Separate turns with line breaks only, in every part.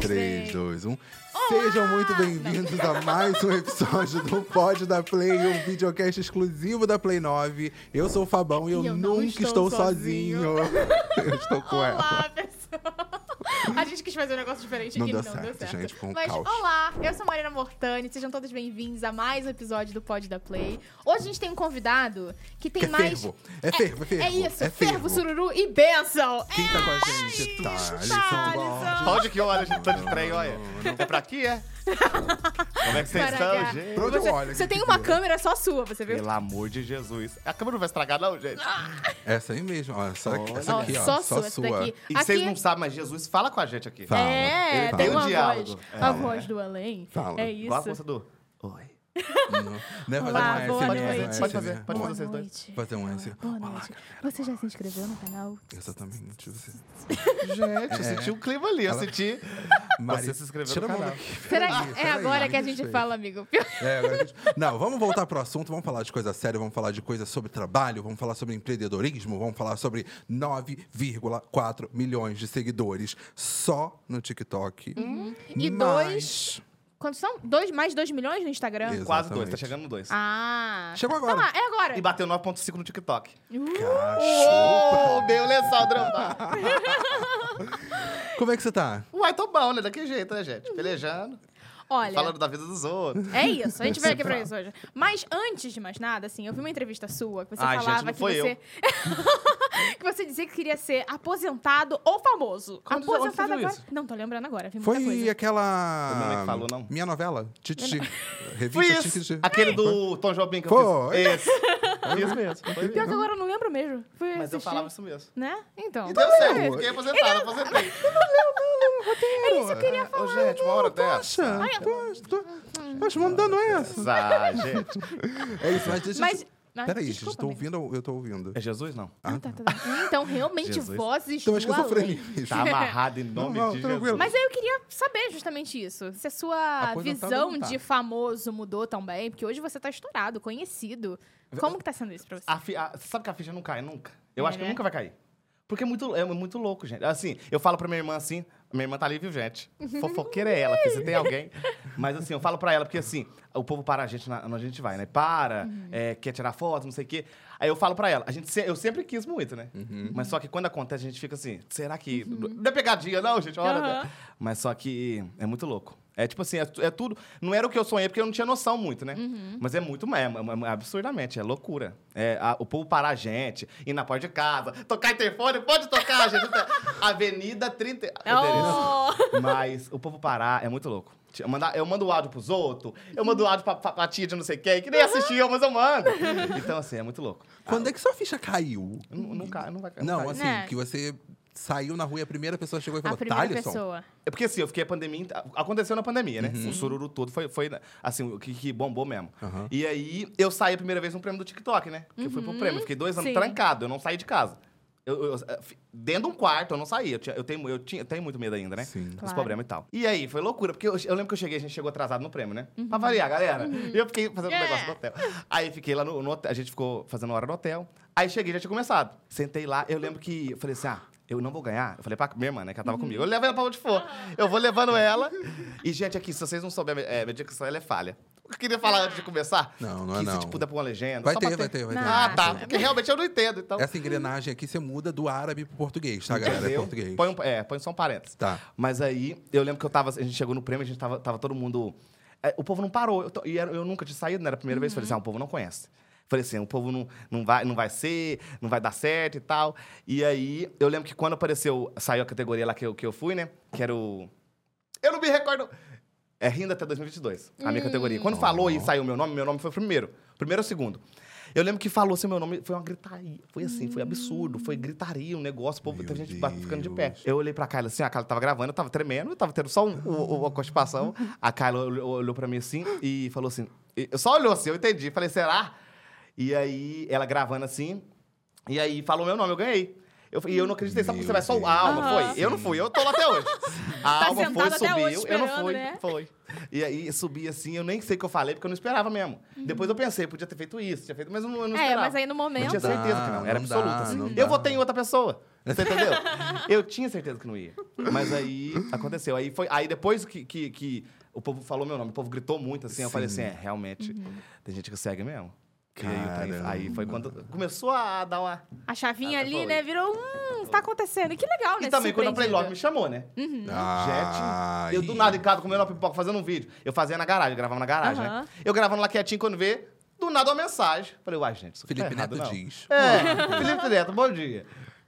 3, 2, 1. Sejam muito bem-vindos a mais um episódio do Pod da Play, um videocast exclusivo da Play 9. Eu sou o Fabão e eu,
E eu não
nunca estou,
estou
sozinho.
sozinho.
eu estou com ela.
Olá, pessoal! A gente quis fazer um negócio diferente
Não
e
deu
não deu
certo,
certo.
gente, foi um
Mas
caos.
olá, eu sou Marina Mortani, sejam todos bem-vindos a mais um episódio do Pod da Play. Hoje a gente tem um convidado que tem
Que é
mais.
fervo. É fervo, é fervo.
É isso,
é
fervo, sururu e benção! É,
Quem tá com a gente?
Tá, Alisson
Alisson.
Pra onde que olha, a gente tá de trem, olha. É pra aqui, é? Como é que vocês
Para
estão,
cá.
gente?
Pra onde eu olho?
Você, você tem uma
câmera.
câmera só sua, você viu?
Pelo amor de Jesus. A câmera não vai estragar, não, gente.
Ah,
Essa aí mesmo, ó, essa aqui, essa
Ó,
aqui, ó,
só sua, essa daqui.
E
Aqui-
vocês não sabem, mas Jesus fala com a gente aqui.
Fala.
É,
né? Ele
tem
fala.
uma
Tem um
voz.
diálogo.
A
É.
voz do além.
Fala.
É
Igual a
isso.
moça do... Oi.
Né, fazer
Olá,
um S, né, fazer
boa
um
noite.
S,
Pode fazer,
né?
pode
Boa
fazer. vocês dois.
noite.
Fazer um S.
Boa noite. Você já se inscreveu no canal?
Exatamente. Você.
Gente, eu senti um clima ali. Eu
Ela-
senti...
Mari,
se inscreveu no
tira a mão
canal.
daqui.
Será
Peraí,
que é
peraí,
agora que a
me
gente
respeita.
fala, amigo?
É, agora a gente- Não, vamos voltar pro assunto, vamos falar de coisa séria, vamos falar de coisa sobre trabalho, vamos falar sobre empreendedorismo, vamos falar sobre 9,4 milhões de seguidores só no TikTok.
Hum? E
Mas-
Quantos são? Dois, mais 2 milhões no Instagram?
Exato.
Quase dois,
Exatamente.
tá chegando no dois.
Ah.
Chegou
Tá
agora.
lá, é agora.
E bateu 9.5 no TikTok.
Cachorro!
Ô, deu Alessandro.
Como é que você tá?
Uai, tô bom, né? Daquele jeito, né, gente? Pelejando,
Olha.
falando da vida dos outros.
É isso, a gente veio aqui pra isso hoje. Mas antes de mais nada, assim, eu vi uma entrevista sua que você
Ai, gente,
falava
não
que
foi
você. que você dizia que queria ser aposentado ou famoso.
Quando você- onde você
aposentado
viu
agora.
isso?
Não, tô lembrando agora, vi muita
Foi
coisa.
aquela.
Não, não é que falou, não.
Minha novela, Titi.
Foi
Revista
isso.
Titi.
Aquele do Tom Jobim que eu
Foi.
fiz. Esse. Isso mesmo. foi
Pior
mesmo.
que agora eu não lembro mesmo. Fui
Mas eu
assistir,
falava assim. isso mesmo.
Né? Então.
E deu certo,
vendo?
fiquei aposentado, aposentei.
É isso, eu queria
Ô, gente, uma hora dessa.
Poxa, tô, tô, tô mandando essa.
Ah, gente.
É isso, mas deixa
Mas. mas-
Peraí,
desculpa,
gente, tô
amigo.
ouvindo, eu tô ouvindo.
É Jesus, não?
Ah, tá, tá, tá. Então, realmente,
Jesus.
vozes
Então é
do além.
esquizofrenia. isso.
Tá amarrado em nome
Não, não,
de
tranquilo.
Jesus.
Mas aí eu queria saber justamente isso. Se a sua
Aposentado não
visão
tá.
de famoso mudou também, porque hoje você tá estourado, conhecido. Como que tá sendo isso pra você?
A fi- a- você sabe que a ficha não cai nunca? Eu
É,
acho que
né?
nunca vai cair. Porque é muito, é muito louco, gente. Assim, eu falo pra minha irmã assim, minha irmã tá ali, viu, gente?
Uhum.
Fofoqueira é ela, filho, se tem alguém. Mas assim, eu falo pra ela, porque assim, o povo para a gente na- onde a gente vai, né? Para,
Uhum.
é, quer tirar foto, não sei o quê. Aí eu falo pra ela, a gente, se- eu sempre quis muito, né? Mas só que quando acontece, a gente fica assim, será que. Não é pegadinha, não, gente, olha.
Uhum. Aham.
Mas só que é muito louco. É tipo assim, é, tu- é tudo. Não era o que eu sonhei, porque eu não tinha noção muito, né? Mas é muito mesmo, é, é absurdamente, é loucura. É, a- o povo parar a gente, ir na porta de casa, tocar interfone, pode tocar, gente. Avenida 30.
Oh!
Mas o povo parar é muito louco. Ti- Eu, mandar- eu mando o áudio pros outros, eu mando o áudio pra, pra, pra tia de não sei quem, que nem assistiu, mas eu mando. Então, assim, é muito louco.
Quando é que sua ficha caiu?
N- Nunca, não vai cair.
Não,
cai.
assim,
Né?
que você saiu na rua e a primeira pessoa chegou e
A
falou,
primeira
Thaleson?
pessoa.
É porque assim, eu fiquei a pandemia. inte- Aconteceu na pandemia, né? O sururu todo foi, foi assim, o que, que bombou mesmo.
Uhum. Aham.
E aí eu saí a primeira vez no prêmio do TikTok, né? Que Eu fui pro prêmio, fiquei dois anos
Uhum. Sim.
trancado, eu não saí de casa. Eu, eu- eu- fi- dentro de um quarto, eu não saí. Eu, tinha- eu tenho, eu tinha- eu tenho muito medo ainda, né?
Sim.
Dos
Claro.
problemas e tal. E aí, foi loucura, porque eu, eu lembro que eu cheguei, a gente chegou atrasado no prêmio, né?
Uhum.
Pra variar, galera. E eu fiquei fazendo um
Yeah.
negócio no hotel. Aí fiquei lá no, no hotel, a gente ficou fazendo hora no hotel. Aí cheguei, já tinha começado. Sentei lá, eu lembro que eu falei assim: ah, eu não vou ganhar. Eu falei pra minha irmã, né, que ela tava comigo. Eu levo ela pra onde for. Eu vou levando ela. E, gente, aqui, se vocês não souberem, é, minha dicção ela é falha. Eu queria falar antes de começar.
Não, não é
que
não.
Se, tipo, dá pra uma legenda.
Vai
só
ter,
pra
vai ter, vai ter.
Ah,
Não.
tá. Porque realmente eu não entendo, então.
Essa engrenagem aqui você muda do árabe pro português, tá, galera? É
Entendeu?
português.
Põe, um, é, põe só um parênteses.
Tá.
Mas aí, eu lembro que eu tava. A gente chegou no prêmio, a gente tava, tava todo mundo. é, o povo não parou. Eu, to- e era- eu nunca tinha saído, não era a primeira vez. Falei assim, ah, o povo não conhece. Falei assim, o povo não, não, vai, não vai ser, não vai dar certo e tal. E aí, eu lembro que quando apareceu, saiu a categoria lá que eu, que eu fui, né? Que era o. Eu não me recordo. É Rindo até 2022, a minha categoria. Quando falou e saiu meu nome, meu nome foi o primeiro. Primeiro ou segundo. Eu lembro que falou assim, meu nome foi uma gritaria. Foi assim, foi absurdo, foi gritaria o negócio, o povo,
Meu
teve gente bat- ficando de pé.
Deus.
Eu olhei pra Kyla assim, a Kyla tava gravando, eu tava tremendo, eu tava tendo só um- o- o- uma constipação. A Kyla olhou, olhou pra mim assim e falou assim. e- Só olhou assim, eu entendi. Falei, será? E aí, ela gravando assim, e aí falou meu nome, eu ganhei. Eu, e eu não acreditei, sabe
Meu
porque você vai só. A
Deus.
alma
Aham.
foi. Eu não fui, eu tô lá até hoje. A
Tá
alma foi,
sentado até hoje
subiu. Eu não
esperando,
fui.
né?
Foi. E aí subi assim, eu nem sei o que eu falei, porque eu não esperava mesmo. Depois eu pensei, podia ter feito isso, tinha feito, mas eu não, eu não
Uhum. É,
esperava.
mas aí no
Eu
momento.
tinha certeza
dá,
que não. Era
não
absoluta.
dá,
assim.
não
eu
dá.
votei em outra pessoa. Você entendeu? eu tinha certeza que não ia. Mas aí aconteceu. Aí, foi, aí depois que, que, que o povo falou meu nome, o povo gritou muito assim, eu falei assim: é, realmente,
Uhum.
tem gente que segue mesmo. E aí, o trem-
Caramba.
aí foi quando começou a dar uma.
A chavinha
Ah,
ali,
foi.
né? Virou um. Tá acontecendo. Que legal, né?
E também quando a
surpreendida.
Playlock me chamou, né?
Uhum.
Ah,
Gente, eu do nada em casa comendo uma pipoca, fazendo um vídeo. Eu fazia na garagem, eu gravava na garagem,
Aham.
né? Eu gravando lá quietinho, quando vê, do nada uma mensagem. Falei, uai, gente, isso aqui
Felipe
tá errado,
Neto
não.
diz.
É, Felipe Neto, bom dia.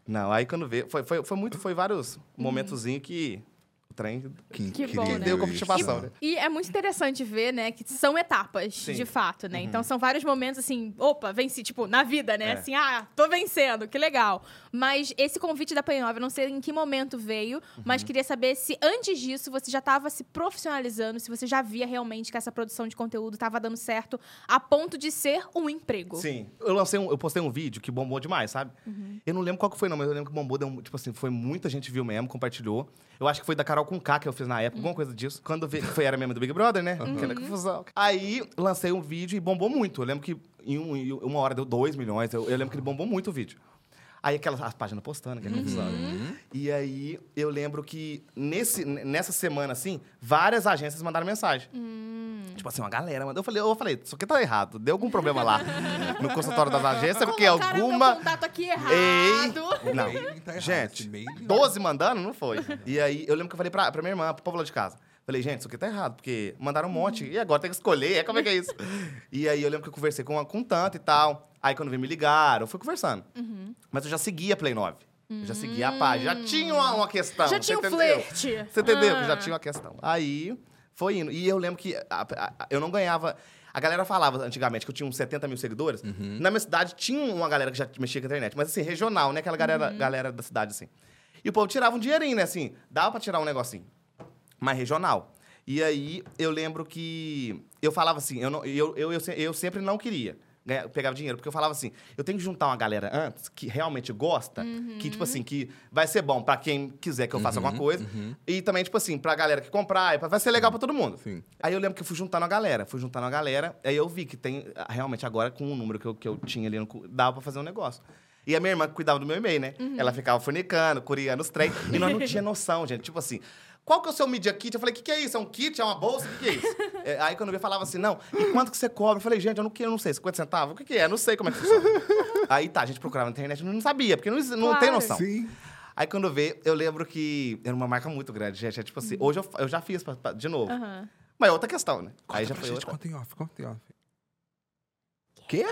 Não, aí quando vê, foi, foi, foi muito, foi vários momentozinhos que o trem...
Que,
Que bom,
incrível
né?
Deu com
isso.
participação, né?
E é muito interessante ver, né, que são etapas,
Sim. Uhum.
de fato, né? Então são vários momentos assim, opa, venci, tipo, na vida, né?
É.
Assim, ah, tô vencendo, que legal. Mas esse convite da Panhova, eu não sei em que momento veio,
Uhum.
mas queria saber se antes disso você já tava se profissionalizando, se você já via realmente que essa produção de conteúdo tava dando certo a ponto de ser um emprego.
Sim. Eu lancei um, eu postei um vídeo que bombou demais, sabe? Eu não lembro qual que foi, não, mas eu lembro que bombou, deu, um- tipo assim, foi muita gente viu mesmo, compartilhou. Eu acho que foi da Carol com K que eu fiz na época, alguma coisa disso. Quando eu vi, foi era mesmo do Big Brother, né? Aquela confusão. Aí lancei um vídeo e bombou muito. Eu lembro que em, um- em uma hora deu 2 milhões. Eu, eu lembro que ele bombou muito o vídeo. Aí aquelas as páginas postando, aquela confusão. né? E aí eu lembro que nesse, nessa semana, assim, várias agências mandaram mensagem.
Hum.
Tipo assim, uma galera mandou. Eu falei, eu falei, isso aqui tá errado. Deu algum problema lá no consultório das agências, é porque
Colocaram é, meu
alguma.
contato aqui errado.
Ei! Não.
Mailing tá errado, esse
Gente,
mailing-
12 mandando, não foi. E aí, eu lembro que eu falei pra, pra minha irmã, pro povo lá de casa. Falei, gente, isso aqui tá errado, porque mandaram um monte. E agora tem que escolher, é, como é que é isso? e aí, eu lembro que eu conversei com, com tanto e tal. Aí, quando veio, me ligaram, eu fui conversando.
Uhum.
Mas eu já seguia a Play 9. Eu já seguia a página. Já tinha uma, uma questão.
Já
você
tinha um
entendeu?
flerte.
Você entendeu?
Ah.
Já tinha uma questão. Aí foi indo. E eu lembro que a- a- a- eu não ganhava. A galera falava antigamente que eu tinha uns 70 mil seguidores. Na minha cidade tinha uma galera que já mexia com a internet, mas assim, regional, né? Aquela galera, galera da cidade, assim. E o povo tirava um dinheirinho, né? Assim, dava pra tirar um negocinho. Mas regional. E aí eu lembro que eu falava assim, eu, não, eu, eu, eu, se- eu sempre não queria. ganhar- pegar dinheiro, porque eu falava assim, eu tenho que juntar uma galera antes que realmente gosta, que, tipo assim, que vai ser bom pra quem quiser que eu faça alguma coisa. E também, tipo assim, pra galera que comprar, e pra- vai ser legal pra todo mundo.
Sim.
Aí eu lembro que eu fui juntando a galera, fui juntando a galera, aí eu vi que tem, ah, realmente agora com o número que eu, que eu tinha ali, no, cu- dava pra fazer um negócio. E a minha irmã que cuidava do meu e-mail, né? Ela ficava fornicando, curiando os trem, e nós não tinha noção, gente. Tipo assim, qual que é o seu media kit? Eu falei, o que, que é isso? É um kit? É uma bolsa? O que, que é isso? É, aí quando eu vi, falava assim, não, e quanto que você cobra? Eu falei, gente, eu não, que- eu não sei, 50 centavos? O que, que é? Eu não sei como é que funciona. aí tá, a gente procurava na internet, não sabia, porque não, exi- não tem
Claro.
noção.
Sim.
Aí quando vê, eu lembro que era uma marca muito grande, gente. É tipo assim, hoje eu, fa- eu já fiz pra- pra- de novo.
Aham.
Mas é outra questão, né?
Conta
Aí já
pra
foi
gente,
outra.
Conta em off, conta em off.
Quê?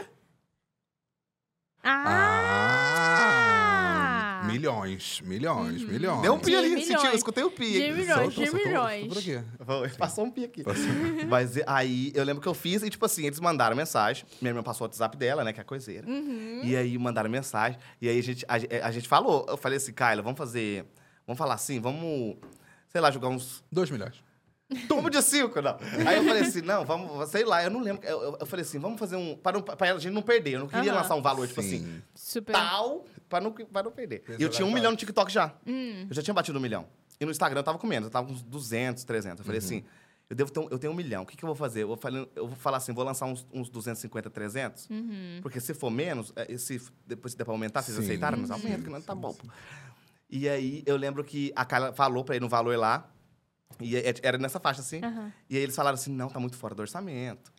Ah!
Ah!
Milhões, milhões, milhões.
Deu um pi
De
ali,
milhões.
sentiu, eu escutei o pi.
De
aqui.
milhões.
Soltou, soltou,
milhões.
soltou por aqui.
Foi, Passou um pi aqui. Mas e- aí eu lembro que eu fiz e, tipo assim, eles mandaram mensagem. Minha irmã passou o WhatsApp dela, né? Que é a coiseira.
Uhum.
E aí mandaram mensagem. E aí a gente, a, ge- eh, a gente falou. Eu falei assim, Kyla, vamos fazer. Vamos falar assim, vamos. Sei lá, jogar uns.
Dois milhões.
Tubo de cinco, não. Aí eu falei assim, não, vamos, sei lá, eu não lembro. Eu, eu- eu falei assim, vamos fazer um. Para, um- para a gente não perder. Eu não queria
Aham.
lançar um valor, tipo
Sim.
assim,
Super.
tal pra não, pra não perder.
Pensa
E eu tinha um
lá,
milhão no TikTok já. Eu já tinha batido um milhão. E no Instagram eu tava com menos, eu tava com uns 200, 300. Eu
Uhum.
falei assim, eu, devo ter um- eu tenho um milhão, o que, que eu vou fazer? Eu vou, falando- eu vou falar assim, vou lançar uns, uns 250, 300? Porque se for menos, eh, e se f- depois se der pra aumentar, vocês
Sim,
aceitaram? Mas aumenta,
sim,
que não tá
sim,
bom. E aí, eu lembro que a Carla falou pra ele um valor lá, e é- era nessa faixa assim.
Aham.
E aí eles falaram assim: não, tá muito fora do orçamento.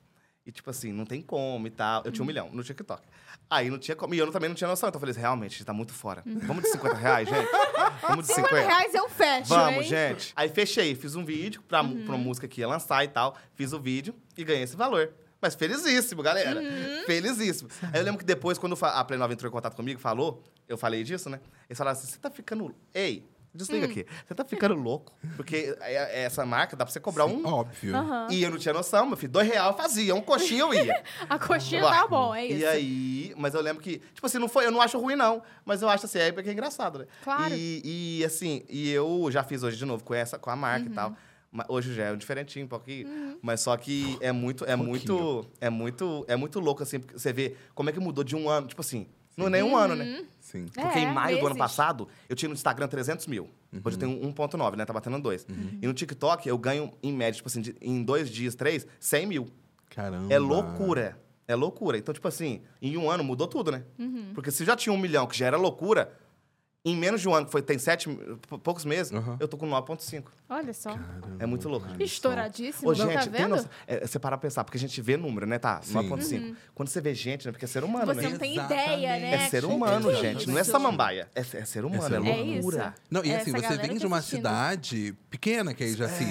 E tipo assim, não tem como e tal. Eu tinha um milhão no TikTok. Aí não tinha como. E eu também não tinha noção. Então eu falei assim, realmente, tá muito fora. Vamos de 50 reais, gente? Vamos de
50
50?
reais eu fecho,
Vamos,
hein?
gente. Aí fechei, fiz um vídeo pra, mu- pra uma música que ia lançar e tal. Fiz o vídeo e ganhei esse valor. Mas felizíssimo, galera. Felizíssimo. Aí eu lembro que depois, quando fa- a Play 9 entrou em contato comigo, falou, eu falei disso, né? Eles falaram assim: você tá ficando. Ei, desliga aqui. Você tá ficando louco. Porque é- é essa marca dá pra você cobrar um.
Óbvio.
Aham.
E eu não tinha noção, meu filho. Dois real eu fazia, um coxinha eu ia.
A coxinha
Uai.
tá bom, é isso.
E aí, mas eu lembro que, tipo assim, não foi, eu não acho ruim, não. Mas eu acho assim, é porque é engraçado, né?
Claro.
E, e, assim, e eu já fiz hoje de novo com essa, com a marca e
Uhum.
tal. Ma- Hoje já é um diferentinho, um pouquinho. Mas só que é muito, é muito, é muito, é muito louco, assim, porque você vê como é que mudou de um ano, tipo assim, não é nem um ano, né?
Sim.
É,
Porque em maio do ano
meses.
passado, eu tinha no Instagram 300 mil. Hoje eu tenho 1.9, né? Tá batendo dois. E no TikTok, eu ganho, em média, tipo assim, de- em dois dias, três, 100 mil.
Caramba.
É loucura. É
Uhum.
loucura. Então, tipo assim, em um ano mudou tudo, né? Porque se já tinha um milhão, que já era loucura, Em menos de um ano, que foi, tem sete, pou- poucos meses,
Aham.
eu tô com 9,5.
Olha só.
É muito louco.
Estouradíssimo,
Ô,
não
gente,
tá
tem
vendo?
noção. É, é você parar pra pensar, porque a gente vê número, né? Tá,
Sim.
9,5.
Uhum.
Quando você vê gente, né? Porque é ser humano,
Você
né?
não tem ideia, né?
É ser humano,
que é
gente.
isso?
Não é samambaia. É, é ser humano, é,
humano.
É isso.
loucura.
Não, e
É,
assim,
essa
você
galera
vem
que
de uma
assistindo.
cidade pequena, que é Jaci.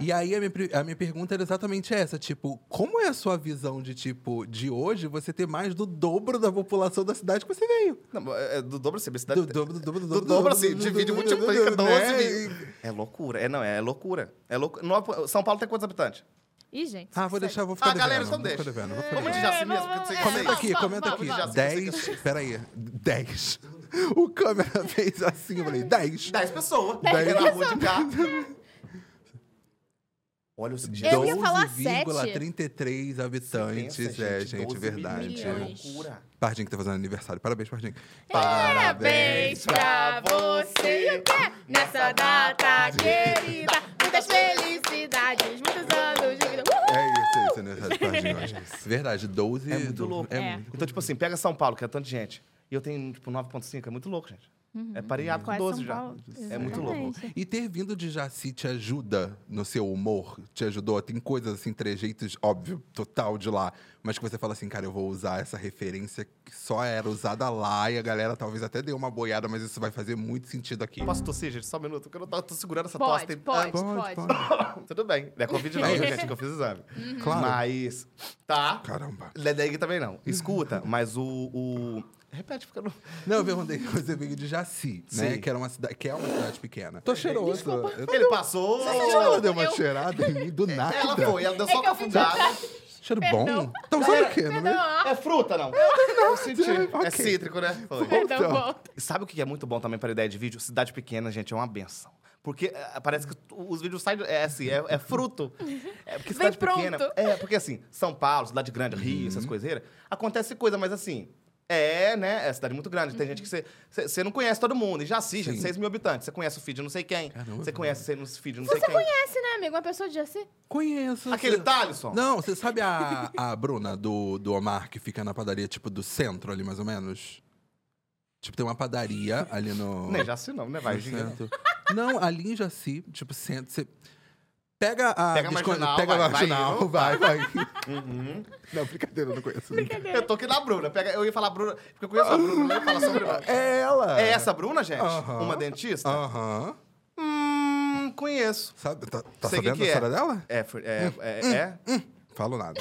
E aí a minha, pri- a minha pergunta era exatamente essa: tipo, como é a sua visão de tipo, de hoje você ter mais do dobro da população da cidade que você veio?
Não, é do dobro, você vê cidade...
Do dobro, do dobro, do
Do
dobro.
dobro, assim, divide e multiplica, 12
né?
mil. É loucura, é não, é loucura. É loucura. Nove- São Paulo tem quantos habitantes?
Ih, gente.
Ah, vou
isso aí.
deixar, vou ficar
Ah,
devendo.
galera, então
vou ficar
deixa.
devendo, vou ficar
Vamos de
devendo.
Jaci mesmo, porque você
Comenta aqui, comenta
vamos, vamos,
aqui.
vamos, Jaci,
10. Peraí, 10. O câmera fez assim, eu falei, 10.
10 pessoas.
Dez
Pela rua de cá. Olha o
Eu ia falar
12,33 habitantes, é, gente, verdade.
milhões.
Loucura.
Pardinho que tá fazendo aniversário. Parabéns, Pardinho.
É,
Parabéns pra você e o quê?
Tá
Nessa data querida, muitas felicidades, muitos anos de vida. Uh! Uhul!
É isso, é isso, aniversário do Pardinho hoje. Verdade, 12.
É muito louco.
É.
muito-
Então, tipo assim, pega São Paulo, que é tanta gente, e eu tenho, tipo, 9,5, é muito louco, gente. É pareado com
Uhum. Quase
12
São
já.
Paulo.
É muito louco.
Exatamente.
E ter vindo de Jaci te ajuda no seu humor? Te ajudou? Tem coisas assim, trejeitos, óbvio, total de lá. Mas que você fala assim, cara, eu vou usar essa referência que só era usada lá e a galera talvez até deu uma boiada, mas isso vai fazer muito sentido aqui.
Posso tossir, gente? Só um minuto, porque eu não tô, tô segurando essa
Pode,
tosse. tem-
pode,
Pode,
pode.
pode.
Ah, Tudo bem. Não é Covid não, viu, gente, que eu fiz exame.
Uhum.
Claro.
Mas, tá.
Caramba.
Ledengue também não. Escuta, mas o... o- Repete, porque eu não...
Não, eu perguntei que você veio de Jaci, né?
Sim.
Que, era uma cida- que é uma cidade pequena. Tô cheiroso. Eu
Ele passou...
Ela deu uma
Eu-
cheirada em mim do nada.
Ela foi, ela deu
É
só
que eu fiz
cafundada.
Cheiro
Perdão.
bom. Tá usando o quê? Não é?
Perdão,
É fruta, não? Eu senti.
ok.
É cítrico, né? Foi.
perdão, volta.
E Sabe o que é muito bom também para ideia de vídeo? Cidade pequena, gente, é uma benção. Porque eh, parece que os vídeos saem. É assim, é, é fruto. É porque
Vem
cidade pequena.
pronto.
É, porque assim, São Paulo, cidade grande, Rio,
Uhum.
essas coiseiras, acontece coisa, mas assim. É, né? É cidade muito grande. Tem gente que você- você você não conhece todo mundo. E já assiste,
Sim.
6 mil habitantes. Você conhece o feed não sei quem.
Caramba.
Você conhece o feed não
Você
sei quem.
conhece, né, amigo? Uma pessoa de Jaci?
Conheço.
Aquele
você-
Thalisson.
Não, você sabe a, a Bruna do, do Omar que fica na padaria, tipo, do centro ali, mais ou menos? Tipo, tem uma padaria ali no.
Nem já assinou, né? Vai,
no
Ginga?
centro. Não, ali em Jaci, tipo, centro. Você pega a.
Pega a marginal,
pega a
vai,
marginal, vai, vai. Não, brincadeira, eu não conheço.
Uhum. Eu tô aqui na Bruna. Pega, eu ia falar Bruna, porque eu conheço a Bruna, não ia falar sobre ela.
É ela.
É essa Bruna, gente?
Aham.
Uma dentista?
Aham.
Hum, conheço.
Sabe, tá tá
Sei que
sabendo
que
a
é.
história dela? Hum,
É, fr- é, é, é.
Falo nada.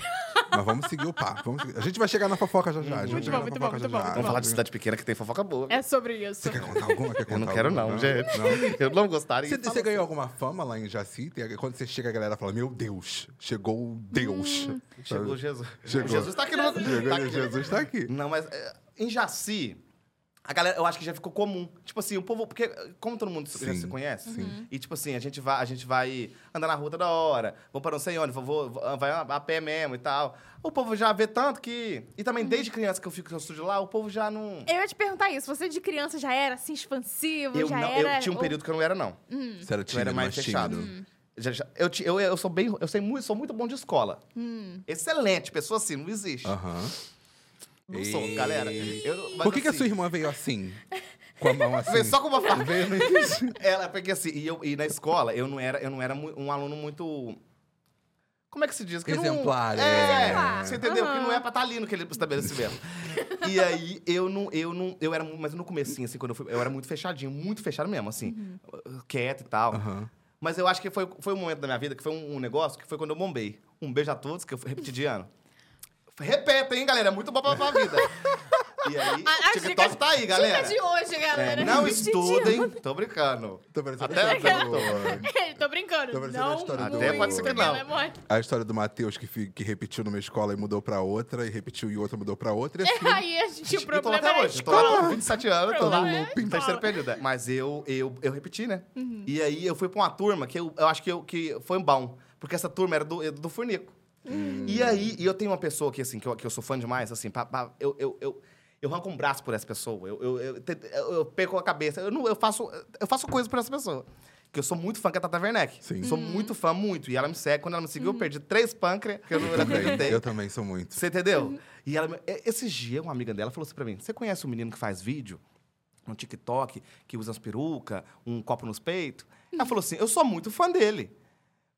Mas vamos seguir o papo. vamos seguir. A gente vai chegar na fofoca já já. a gente vai
Muito
chegar
bom,
na
muito
fofoca
bom,
já
muito
já.
bom,
Vamos falar de cidade pequena que tem fofoca boa.
É sobre isso.
Você quer contar alguma? Quer
Eu não
contar
quero
alguma?
não, gente. Eu não gostaria.
Você,
Fala- assim.
você ganhou alguma fama lá em Jaci? Tem- Quando você chega, a galera fala: Meu Deus, chegou o Deus. Sabe?
Hum, Chegou Jesus.
Chegou.
Jesus tá aqui no...
Chegou,
tá aqui.
Jesus tá aqui.
Não, mas é, em Jaci, a galera, eu acho que já ficou comum. Tipo assim, o povo, porque eh, como todo mundo já
Sim,
se conhece,
sim.
e tipo assim, a gente vai, a gente vai andar na rua toda hora, vou para não sei onde, vou, vou- vou- vai a, a pé mesmo e tal. O povo já vê tanto que. E também desde criança que eu fico que eu estudo lá, o povo já não.
Eu ia te perguntar isso. Você de criança já era assim, expansivo?
Eu,
já
não,
era.
eu tinha um
ou- Hum.
período que eu não era, não.
Você era
Hum. Eu era
tímido, mais
mais fechado.
tímido.
Já- já- eu, ti- eu, eu sou bem. Eu sei muito, sou muito bom de escola.
Hum.
Excelente, pessoa assim, não existe.
Aham.
Não sou, galera. Eu- mas
Ah. Por que, que a
assim,
sua irmã veio assim? Com a mão assim?
Vem só com uma faca.
Veio no início.
Ela, porque assim, e, eu, e na escola, eu não era, eu não era mu- um aluno muito. Como é que se diz? Que não-
Exemplar,
é,
é.
Você entendeu? Que não
Aham.
é pra estar ali naquele estabelecimento. e aí, eu não, eu não, eu era, mu- mas no comecinho, assim, quando eu fui, eu era muito fechadinho, muito fechado mesmo, assim,
Uhum.
quieto e tal.
Aham.
Mas eu acho que foi, foi um momento da minha vida, que foi um, um negócio, que foi quando eu bombei. Um beijo a todos, que eu repeti de ano. Repeta, hein, galera? É muito bom pra, pra vida. E aí,
A- as
TikTok
dicas-
tá aí, galera.
Dica de hoje, galera.
É, não
Gente,
estudem. Tô brincando.
Tô parecendo
Até-
aquela-
Tô brincando.
Tô parecendo a
não,
história
do-
muito,
pode ser que não.
né, amor?
A história do Matheus que, fi- que repetiu numa escola e mudou pra outra, e repetiu e outra mudou pra outra. E assim,
Aí a gente, o
Eu tô lá
problema
até
era a
hoje. Eu tô lá
escola.
com 27 anos, eu tô lá
Problema é Uhum. a
no terceiro
escola.
período. é. Mas eu, eu, eu repeti, né? E aí eu fui pra uma turma que eu, eu acho que, eu, que foi um bom. Porque essa turma era do, do Furnico.
Hum.
E aí, e eu tenho uma pessoa que, assim, que eu, que eu sou fã demais, assim, pá, pá, eu, eu, eu, eu arranco um braço por essa pessoa. Eu, eu, eu, te- eu- eu perco a cabeça. Eu, não, eu, faço, eu faço coisas por essa pessoa. Que eu sou muito fã que é a Tata Werneck.
Sim.
Sou muito fã, muito. E ela me segue. Quando ela me seguiu,
Uhum.
eu perdi três pâncreas, que eu não acreditei.
eu também sou muito.
é, Você entendeu? E ela, esses dias, uma amiga dela falou assim pra mim: Você conhece um menino que faz vídeo? no TikTok que usa as perucas, um copo nos peitos. Ela falou assim: eu sou muito fã dele.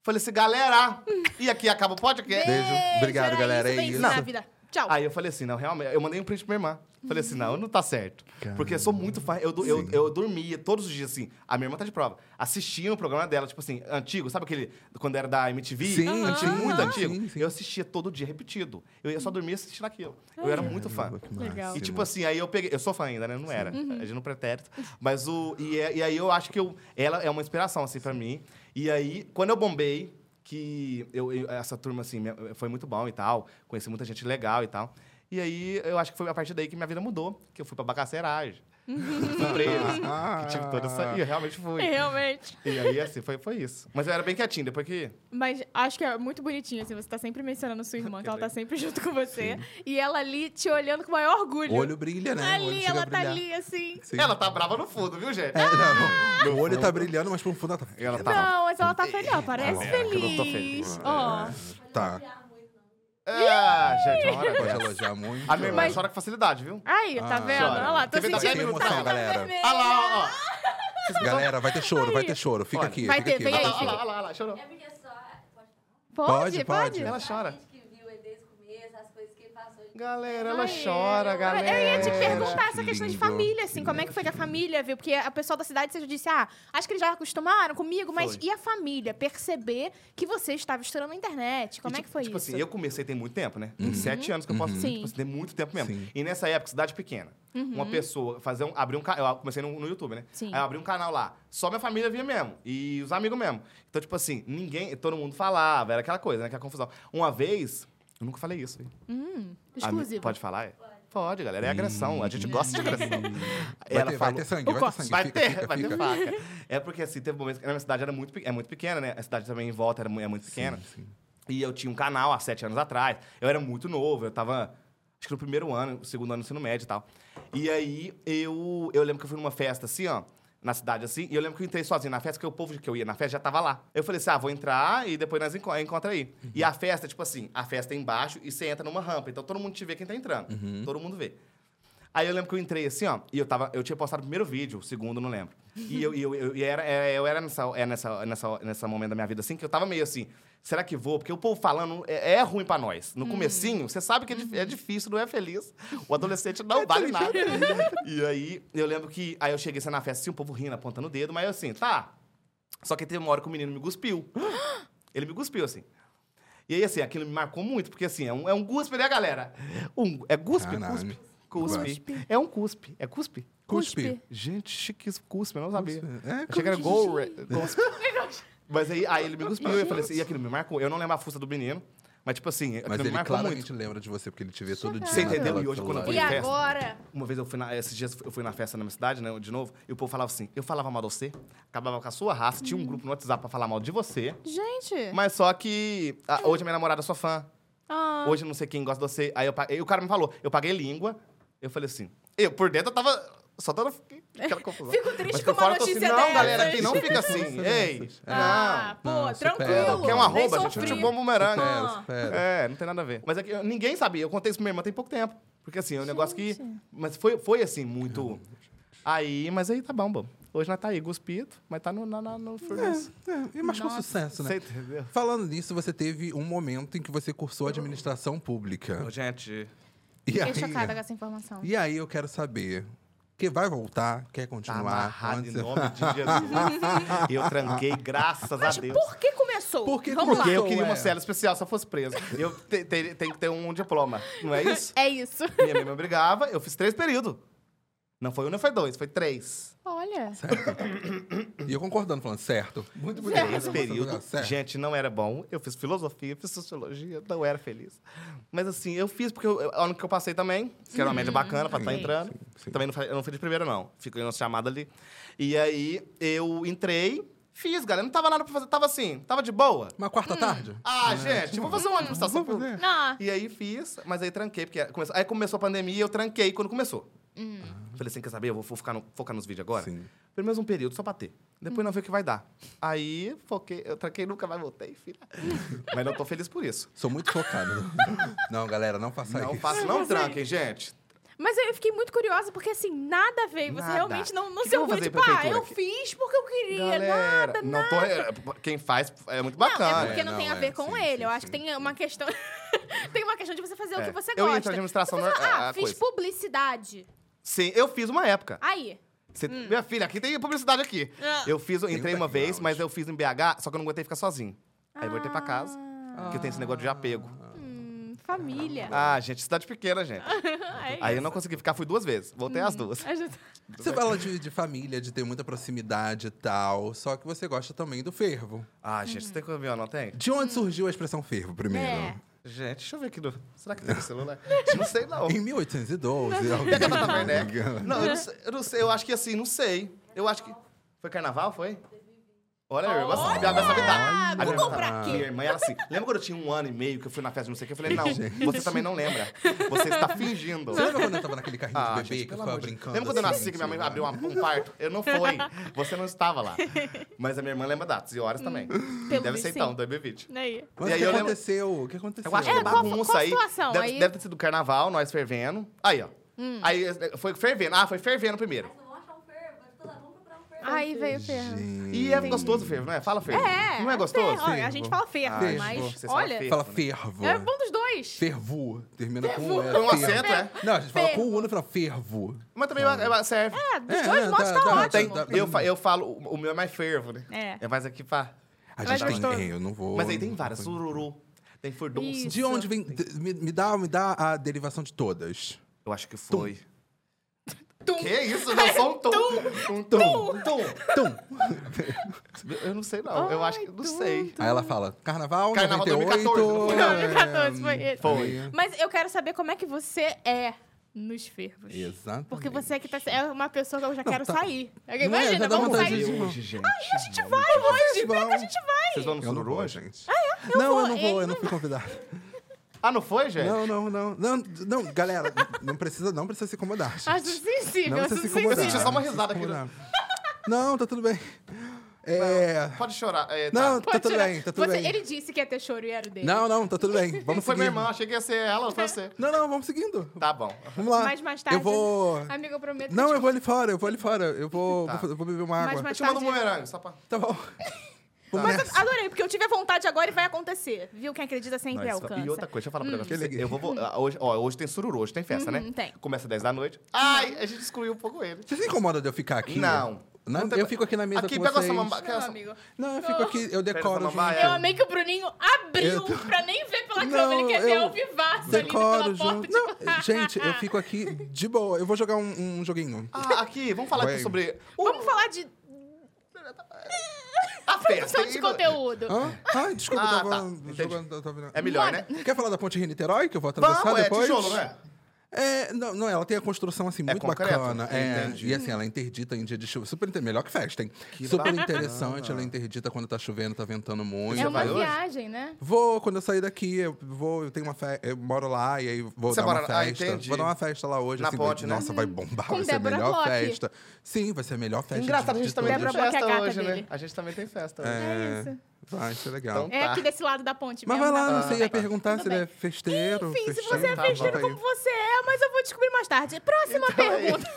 Falei assim, galera, e aqui acaba o podcast.
Beijo,
Obrigado,
era
galera,
Isso,
é
bem
isso.
na
Não.
vida. Tchau.
Aí eu falei assim, não, realmente, eu mandei um print pra minha irmã. Falei assim, não, não tá certo. Porque eu sou muito fã, eu, du- eu,
Sim.
eu dormia todos os dias, assim, a minha irmã tá de prova, assistia o programa dela, tipo assim, antigo, sabe aquele, quando era da MTV?
Sim, Aham,
antigo, muito
aham.
antigo.
Sim, sim.
Eu assistia todo dia, repetido. Eu ia só dormia assistindo aquilo. Eu era muito fã.
Legal.
E tipo assim, aí eu peguei. Eu sou fã ainda, né? Não era. A gente não pretérito. Mas o. E, é- e aí eu acho que eu, ela é uma inspiração, assim, pra mim. E aí, quando eu bombei, que eu, eu- essa turma, assim, minha- foi muito bom e tal. Conheci muita gente legal e tal. E aí, eu acho que foi a partir daí que minha vida mudou. Que eu fui pra bacaceragem. fui preso. que tive toda essa. E eu realmente fui.
Realmente.
E aí, assim, foi, foi isso. Mas eu era bem quietinho, depois que.
Mas acho que é muito bonitinho, assim, você tá sempre mencionando sua irmã, que ela tá sempre junto com você. E ela ali te olhando com o maior orgulho.
assim,
O olho brilha, né? o olho
ali,
chega
ela
a
tá
brilhar.
ali, assim.
Sim.
Ela tá brava no fundo, viu, gente?
É, não, não. O olho tá brilhando, mas pro fundo ela tá...
Ela tá.
Não, mas ela tá feliz. Ela parece
é, que eu não tô
feliz.
feliz.
Ó.
Tá.
Ah, gente, uma
Pode
hora. dessa.
elogiar muito.
A minha irmã
Mas-
chora com facilidade, viu?
Aí, tá
Ah.
vendo? Olha lá, tô
Quer ver da
sentindo
Tem
Gabi?
que tá
emoção, galera.
vermelha.
Olha lá, ó, ó.
Galera, vai ter choro, vai
Aí.
ter choro. Fica
Olha.
aqui,
Vai
fica
ter,
aqui.
vem
vai
aí.
ter
Olha
choro.
lá, olha lá, olha lá, chorou.
É porque só. Pode falar.
Pode,
Pode,
pode.
pode.
Ela
A
chora.
gente que viu ele desde o começo, as coisas que ele passou. ele-
Galera, ela
Ai,
chora,
eu-
galera.
Eu ia te perguntar essa
Que
questão de
lindo,
família, assim,
que
como é que foi que a família viu? Porque a pessoa da cidade você já disse, ah, acho que eles já acostumaram comigo, mas
Foi.
e a família? Perceber que você estava estourando na internet. Como
E,
é
tipo-
que foi
tipo
isso?
assim, eu comecei tem muito tempo, né? Tem sete anos que eu posso dizer,
Sim. Uhum.
tipo assim, tem muito tempo mesmo.
Sim.
E nessa época, cidade pequena. Uma pessoa fazer um. Abrir um canal. Eu comecei no, no YouTube, né?
Sim.
Aí eu abri um canal lá. Só minha família via mesmo. E os amigos mesmo. Então, tipo assim, ninguém. Todo mundo falava, era aquela coisa, né? Aquela confusão. Uma vez. Eu nunca falei isso, hein?
Hum,
Ami-
exclusivo.
Pode falar? é? Pode, galera. É agressão. A gente gosta de agressão.
Vai ter, vai
falou-
ter sangue, vai ter
corte.
sangue.
Vai
fica,
ter,
fica,
vai
fica.
ter faca. É porque assim, teve momentos que na minha cidade era muito, pe- é muito pequena, né? A cidade também em volta era, mu- é muito pequena. E eu tinha um canal há sete anos atrás. Eu era muito novo, eu tava. Acho que no primeiro ano, no segundo ano do ensino médio e tal. E aí eu, eu lembro que eu fui numa festa assim, ó. Na cidade, assim, e eu lembro que eu entrei sozinho na festa, porque o povo que eu ia na festa já tava lá. Eu falei assim: ah, vou entrar e depois nós enco- encontra aí.
Uhum.
E a festa, tipo assim, a festa é embaixo e você entra numa rampa. Então todo mundo te vê quem tá entrando.
Uhum.
Todo mundo vê. Aí eu lembro que eu entrei assim, ó, e eu tava. Eu tinha postado o primeiro vídeo, o segundo, não lembro. E eu, e eu, eu, e era, era- eu era nessa, é nessa, nessa, nessa momento da minha vida, assim, que eu tava meio assim, será que vou? Porque o povo falando é, é ruim pra nós. No comecinho, você sabe que é, dif- é difícil, não é feliz. O adolescente não vale nada. e aí, eu lembro que. Aí eu cheguei assim, na festa, assim, o povo rindo, apontando o dedo, mas eu assim, tá. Só que teve uma hora que o menino me cuspiu. Ele me cuspiu, assim. E aí, assim, aquilo me marcou muito, porque assim, é um, é um cuspe, né, galera? Um, é cuspe,
Caralho.
cuspe. Cuspe. É um cuspe. É cuspe?
Cuspe.
Gente, chiquíssimo. Cuspe, eu não sabia.
É,
Achei que era go- cuspe. Mas aí, aí ele me cuspiu e eu falei assim, e aquilo me marcou. Eu não lembro a fusta do menino, mas tipo assim, aquilo
Mas
me
ele
marcou
claramente
muito.
lembra de você, porque ele te vê todo dia.
Você entendeu?
naquela-
E hoje, quando eu
E
Foi festa?
agora?
Uma vez eu fui na, esses dias eu fui na festa na minha cidade, né, de novo, e o povo falava assim, eu falava mal de você, acabava com a sua raça, tinha um grupo no WhatsApp pra falar mal de você,
Gente.
mas só que a- hoje a minha namorada é sua fã,
ah,
Hoje eu não sei quem gosta de você. Aí, eu, pa- aí o cara me falou, eu paguei língua. Eu falei assim, eu por dentro eu tava. Só tava. Aquela confusão.
Fico triste
Mas
com Tipo
por
uma
fora eu tô
notícia
assim, Não,
dessas."
galera, aqui não fica assim. Ei,
ah, pô,
Não, supera,
tranquilo.
não. Quer um
Nem
arroba,
Nem
gente?
sofri.
Tipo um bom bumerangue.
Supera,
Ah.
supera.
É, não tem nada a ver. Mas é que eu- ninguém sabia. Eu contei isso pra minha irmã tem pouco tempo. Porque assim, é um negócio que. Mas foi, foi assim, muito. Aí, mas aí tá bom, bom. Hoje nós tá aí, guspido, mas tá no, na, na, no furnace.
É, e mas com sucesso, né?
Você entendeu?
Falando nisso, você teve um momento em que você cursou administração pública.
Ô, Gente,
E aí,
Fiquei chocada com essa informação.
e aí eu quero saber. Que vai voltar? Quer
tá
continuar?
amarrado
Onde
em
você-
nome de Jesus. eu tranquei, graças a Deus.
Por que começou?
Por que
Vamos
começou?
Porque eu
Ué.
queria uma cela especial se eu fosse preso. Eu te- te- tenho que ter um diploma, não é
lá.
isso?
É isso.
Minha mãe me obrigava, eu fiz três períodos. Não foi um, não foi dois, foi três.
Olha.
Certo. e eu concordando, falando certo. Muito bonito.
Três períodos.
Certo.
Gente, não era bom. Eu fiz filosofia, fiz sociologia, não era feliz. Mas assim, eu fiz porque eu, eu- ano que eu passei também, que era uma média bacana pra estar
Sim,
entrando.
sim, sim.
Também não, fa- eu não fui de primeira, não. Fiquei na chamada ali. E aí, eu entrei, fiz, galera. Não tava nada pra fazer, tava assim, tava de boa.
Uma quarta tarde?
Ah, gente, vou fazer uma administração
Vamos
pública.
fazer.
Não.
E aí fiz, mas aí tranquei, porque começou, aí começou a pandemia e eu tranquei quando começou.
Hum.
Falei assim, quer saber? Eu vou fo- ficar no- focar nos vídeos agora.
Sim.
Pelo menos um período, só pra ter. Depois
Hum.
não ver o que vai dar. Aí foquei, eu tranquei, nunca mais voltei, filha. mas não tô feliz por isso.
Sou muito focado. não, galera, não faça
não
isso.
faço, não tranquem, gente.
Mas eu fiquei muito curiosa, porque assim, nada veio. Você
Nada.
realmente não,
O
não
que
se
eu vou
orgulha,
fazer,
tipo, ah,
prefeitura,
eu
aqui?"
fiz porque eu queria.
Galera,
nada, nada.
não tô, é, quem faz é muito
Não,
bacana.
é porque
É,
não,
não,
tem a
é,
ver com
sim,
ele.
sim,
eu acho
sim,
que tem
sim.
uma questão. tem uma questão de você fazer o
É.
que você
Eu ia
gosta.
entrar na administração,
Você fala,
não é-
ah,
a
fiz
coisa."
publicidade.
Sim, eu fiz uma época.
Aí.
Você- Minha filha, aqui tem publicidade aqui.
Hum. Ah.
Eu fiz, eu
Tem
entrei
um
uma vez,
background.
mas eu fiz em BH, só que eu não aguentei ficar sozinho. Aí eu voltei pra casa,
Ah,
porque tem esse negócio de apego.
hum, família.
Ah, gente, cidade pequena, gente.
É
Aí eu
isso. Hum.
não consegui ficar, fui duas vezes. Voltei as duas.
A gente-
Você fala de, de família, de ter muita proximidade e tal, só que você gosta também do fervo.
Ah, gente, você tem que ouvir, ó, não tem?
De onde surgiu a expressão fervo, primeiro?
Hum. É.
Gente, deixa eu ver aqui no... Será que tem no celular? não sei, não.
Em 1812.
E a Cata também, né?
alguém-
Não, eu não, sei, eu não sei, eu acho que assim, não sei. Eu acho que... Foi carnaval, foi? Olha, eu gosto de minha irmã sabe tá. dar. A minha irmã
Google
sabe-
pra quê?
Minha irmã, ela assim, lembra quando eu tinha um ano e meio que eu fui na festa de não sei o que? Eu falei, não, você também não lembra. Você está fingindo.
Você lembra quando eu tava naquele carrinho de bebê
Ah, gente,
que eu
pelo
ficava
amor de-
brincando?
Lembra quando eu
assim,
nasci que minha mãe
tipo,
abriu uma- um parto? Eu não fui. Você não estava lá. Mas a minha irmã lembra datas e horas também. Deve
visto,
ser
Hum. sim.
então, 2020.
Aí.
Mas
E
o
aí
que
eu lembro-
aconteceu? O que aconteceu?
Eu acho que
É,
é
qual-
bagunça
qual a
aí.
situação?
Deve,
Aí- Hum.
deve ter sido carnaval, nós fervendo. Aí, ó. Aí foi fervendo. Ah, foi fervendo primeiro.
Mas não vão achar um fervo, mas toda vão comprar um fervo.
Aí veio o ferro.
Gente.
E é gostoso o fervo, não é? Fala fervo.
É.
Não é gostoso?
ferro. Olha, a gente fala ferro,
Fervo.
mas
Vocês falam
olha,
fervo.
Fala
né?
fervo.
é bom dos dois.
Fervo. Termina com
É um
fervo.
acento, é?
Não, a gente fala
Fervo.
com o uno e fala fervo.
Mas também ela serve.
É, dos
É,
dois
é,
modos
tá-
tá,
tá-
ótimo.
Tem-
dá-
eu, fa- eu falo, o o meu é mais fervo, né?
É.
É mais aqui pra...
A
Mas
gente tem.
gostoso.
é, eu não vou.
Mas aí
não
tem
vou-
várias. Sururu, tem furdunço.
Isso.
De onde vem. de- Me, me dá, me dá a derivação de todas.
Eu acho que foi.
Tum.
Que isso? Não, só um tom. Um tom. Um tom. Eu não sei, não. eu acho que não sei.
Aí
Hum.
ela fala: Carnaval,
Carnaval
98.
2014, não foi?
Não,
É.
2014 foi ele.
Foi.
Mas eu quero saber como é que você é nos fervos.
Exato.
Porque você aqui tá, é uma pessoa que eu já quero sair.
é,
Imagina,
já dá
vamos
vontade
sair.
de-
Hoje, gente.
A gente vai hoje, pior que a gente vai.
Vocês vão no
Eu não
sururu
vou,
hoje?
gente. não,
Ah, é? vou,
eu não
ele
vou, eu
não
não fui convidada.
Ah, não foi, gente?
Não, não, não. Não, não, galera, não precisa, não precisa se incomodar. Gente.
Acho sensível,
Não
acho
precisa se
sensível.
incomodar.
Eu senti só uma risada
não
aqui, né?
precisa se incomodar. Não, tá tudo bem. É.
Pode chorar. É, tá.
Não, tá
Pode
tudo
tirar.
bem, tá tudo
Você-
bem.
Ele disse que ia ter choro e era o dele.
Não, não, tá tudo bem. Vamos
Não foi
seguindo.
minha irmã, achei que ia ser ela,
Tá.
foi você.
Não, não, vamos seguindo.
Tá bom.
Vamos lá.
Mas mais tarde. né?
Eu vou.
Amigo, eu prometo. que
Não, é
te-
eu vou ali fora, eu vou ali fora. Eu vou,
Tá.
vou, eu vou beber uma
Mas
água.
Eu
mais
te mando um
Tá tarde.
bumerangue, só pra...
Tá bom. Vamos
Mas
nessa.
eu adorei, porque eu tive a vontade agora e vai acontecer. Viu? Quem acredita sempre
Não, isso-
alcança.
E outra coisa, deixa eu falar pra
Que
pra você.
legal.
Eu vou, vou- ah, hoje, ó, hoje tem sururu, hoje tem festa,
Hum. Uhum,
né?
tem.
Começa às 10 da noite. Ai, a gente excluiu um pouco ele.
Você se incomoda de eu ficar aqui?
Não.
Não,
Não tem-
eu fico aqui na mesa
Aqui,
com
pega
vocês.
essa mamba...
Não, amigo.
Não, eu fico aqui, eu decoro.
Pega é. essa
Eu
junto.
mambaia.
amei que o Bruninho abriu
Eu tô-
pra nem ver pela
Não,
câmera. Ele quer ver
eu
ao vivaço ali
Decoro
pela porta.
junto.
tipo,
de-
Não, eh, gente, eu fico aqui de boa. Eu vou jogar um, um joguinho.
Ah, aqui, vamos falar aqui
Ué.
sobre
Vamos falar de
a festa.
produção de conteúdo.
Hã? Ai, desculpa,
Ah,
eu
tá.
tava
Entendi.
jogando. eu Tava...
É melhor, né?
Quer falar da Ponte Rio-Niterói, que eu vou atravessar
Vamos, é
depois?
tijolo, não é?
É, não, não, ela tem a construção, assim, muito
concreto?
bacana. É,
Entendi.
e assim, ela é interdita em dia de chuva. Super, inter- melhor que festa, hein? Super interessante, ela é interdita quando tá chovendo, tá ventando muito.
É uma
vai hoje?
viagem, né?
Vou, quando eu sair daqui, eu vou, eu tenho uma festa, eu moro lá e aí vou
Você
dar
mora
uma
lá? Ah,
festa.
entendi.
vou dar uma festa lá hoje,
Na
assim,
ponte,
vai-
né?
nossa, vai bombar,
Com
vai ser a
Débora
melhor
Bloch.
festa. Sim, vai ser a melhor festa. de-
Engraçado, a
de
gente também
todas.
Débora
tem
Bloch é a
festa
gata
hoje,
dele.
né? A gente também tem festa hoje.
É isso.
Vai ser legal.
Então é
É
tá.
aqui desse lado da ponte.
Mas vai
mesmo,
lá,
da-
não sei,
Tudo
ia
bem.
perguntar se
Tudo
ele é
bem.
festeiro.
Enfim, se
festeiro,
você é
tá,
festeiro
bota aí.
como você é, mas eu vou descobrir mais tarde. Próxima
Então, é,
pergunta.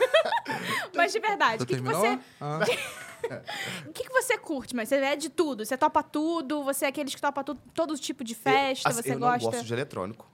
mas de verdade,
Você
o que, que
terminou?
você,
Ah.
o que, que você curte? Mas você é de tudo. Você topa tudo, você é aqueles que topa tudo, todo tipo de festa,
eu, assim,
você
eu
gosta. Hum.
não gosto de eletrônico.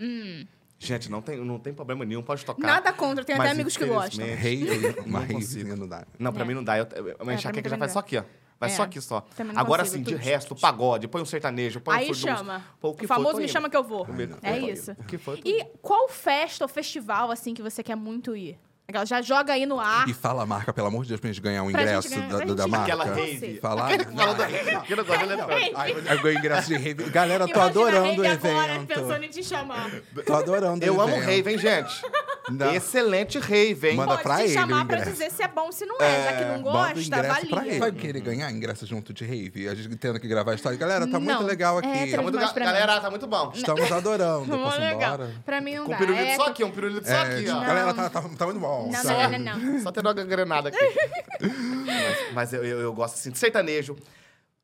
Gente, não tem, não tem problema nenhum, pode tocar.
Nada contra, tem até
Mas,
amigos que gostam.
infelizmente,
Rei, uma
Não consigo.
reizinha não dá.
Não, pra
É.
mim não dá. Eu, eu, uma
É, pra
enxaqueca já
mim também
faz
não
só aqui, ó. Vai
É.
só aqui só.
Também não
Agora
consigo,
sim, de
tudo.
resto, pagode, põe um sertanejo, põe um
Aí
furdunço,
chama.
põe
O
que for,
famoso
tô
me
indo.
chama que eu vou. É
tô
isso.
indo. Que foi, tô
E
indo.
qual festa ou festival, assim, que você quer muito ir? Aquela, já joga aí no ar.
E fala a marca, pelo amor de Deus, pra gente ganhar um
Ah. Pra
ingresso
gente ganhar-
da,
pra
da- da
gente ganhar.
marca.
Aquela
Marca.
rave.
Falar.
Aquele que falou da rave, que eu gosto de eletrônico.
Ai, eu ganho ingresso de rave. Galera, tô
Imagina
adorando o
a rave agora
evento.
pensando em te chamar.
Tô adorando
Eu
o
amo
evento.
rave, hein, gente?
Não.
Excelente rave, hein?
Manda
Pode
pra
te
ele o
chamar pra
ingresso.
dizer se é bom ou se não é. Já que não
Bota o
gosta,
ingresso pra ele.
valia.
Vai querer ganhar ingresso junto de rave? A gente tendo que gravar a história. Galera, tá muito
Não.
legal aqui.
É,
Tá muito
Mas
ga-
pra
Galera, tá muito bom.
Estamos adorando.
Não,
Posso ir
legal.
embora?
Pra mim não
Com um
dá.
pirulito
É,
só aqui, um pirulito só
É,
aqui,
tipo,
ó.
galera, tá, tá, tá muito bom.
Não, não,
sabe?
não, não, não.
Só tem uma granada aqui. mas mas eu, eu, eu gosto assim de sertanejo.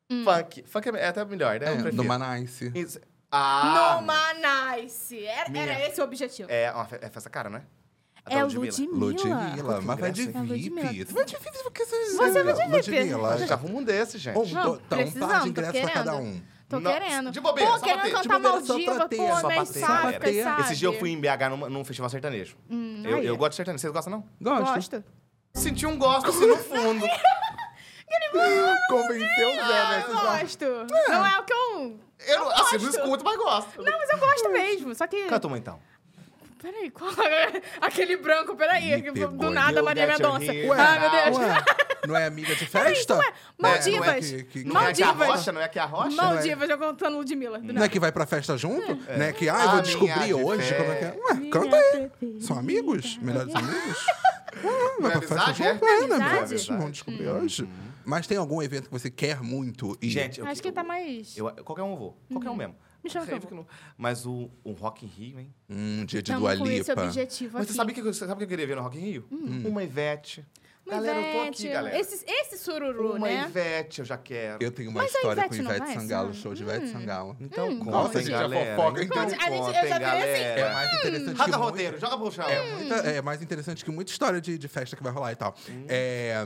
Hum.
Funk. Funk é até melhor, né?
É,
Eu prefiro.
do Manice.
Isso. Ah!
Numa nice. Era,
Minha.
era esse o objetivo.
É uma fe- é festa cara, não é? A da
É
Ludmilla.
Ludmilla.
Ludmilla, mas vai de
Ingresso,
hein? É
VIP.
Ludmilla.
Tu vai de VIP porque você...
Você vai de VIP.
Ludmilla. tá
Já arruma um desse, gente.
Um,
Não,
do- tá, um par
precisamos,
de
tô
ingressos pra
querendo.
cada um.
Tô
Não,
querendo.
de bobeira,
pô,
só
querendo
pra ter, de
cantar
bobeira, só pra
Maldiva,
ter,
pô,
só
pra
nas
ter.
sacas,
Esse
sabe?
Esse dia eu fui em BH num, num festival sertanejo. eu,
aí.
eu gosto de sertanejo. Vocês gostam, não?
Gosto.
Gosto.
Senti um gosto assim no fundo.
Convenceu o Zé, né?
Eu gosto. Não é o que eu...
Eu, não- assim, não
gosto.
escuto, mas gosto.
Não, mas eu gosto mesmo. Só que...
Canta uma então.
Peraí, qual... Aquele branco, peraí.
Me
que
pegou.
Do nada,
You
Maria
got your
Mendonça.
hero.
Ai, meu Deus.
Ué, não é amiga de
Peraí,
festa?
ué,
Não
Maldivas.
é que- que-
Não é
Maldivas.
que a rocha, não é que a
Um
rocha?
Maldivas, eu contando Ludmilla. Do
Não
nada.
é que vai pra festa junto? Né? Que, ah, eu vou
Amiga
descobrir
de
hoje como é que é. Ué, canta aí. São amigos? Melhores amigos? Ah, vai pra festa
amizade, é?
junto? É, né?
Amizade?
Amizade. Vão descobrir hoje. Mas tem algum evento que você quer muito ir?
Gente, eu,
Acho que tá mais...
eu, qualquer um eu vou. Qualquer um mesmo.
Uhum. Me chama que eu
Rave não- Mas o, o Rock in Rio, hein?
Um dia de
Tamo
Dua
com esse
Lipa.
objetivo
Mas
aqui.
você sabe o que, você sabe o que eu queria ver no Rock in Rio? Hum. Uma Ivete.
Hum. Uma
galera, eu tô aqui,
Ivete,
galera.
é, Esse, esse sururu,
uma
né? Hum.
Ivete eu já quero.
Eu tenho uma
Mas a
história com
Ivete não
Ivete
vai, Hum.
Sangalo,
sabe?
show de Ivete Sangalo.
Então, conta,
Nossa,
hein,
gente, já
galera.
fofoca,
então,
então. A gente- eu
conta,
já
hein,
vi assim,
É
galera.
mais interessante que
Rasga
muito-
roteiro, joga pro chão.
É, muita-
Hum.
é mais interessante que muita história de, de festa que vai rolar e tal. É,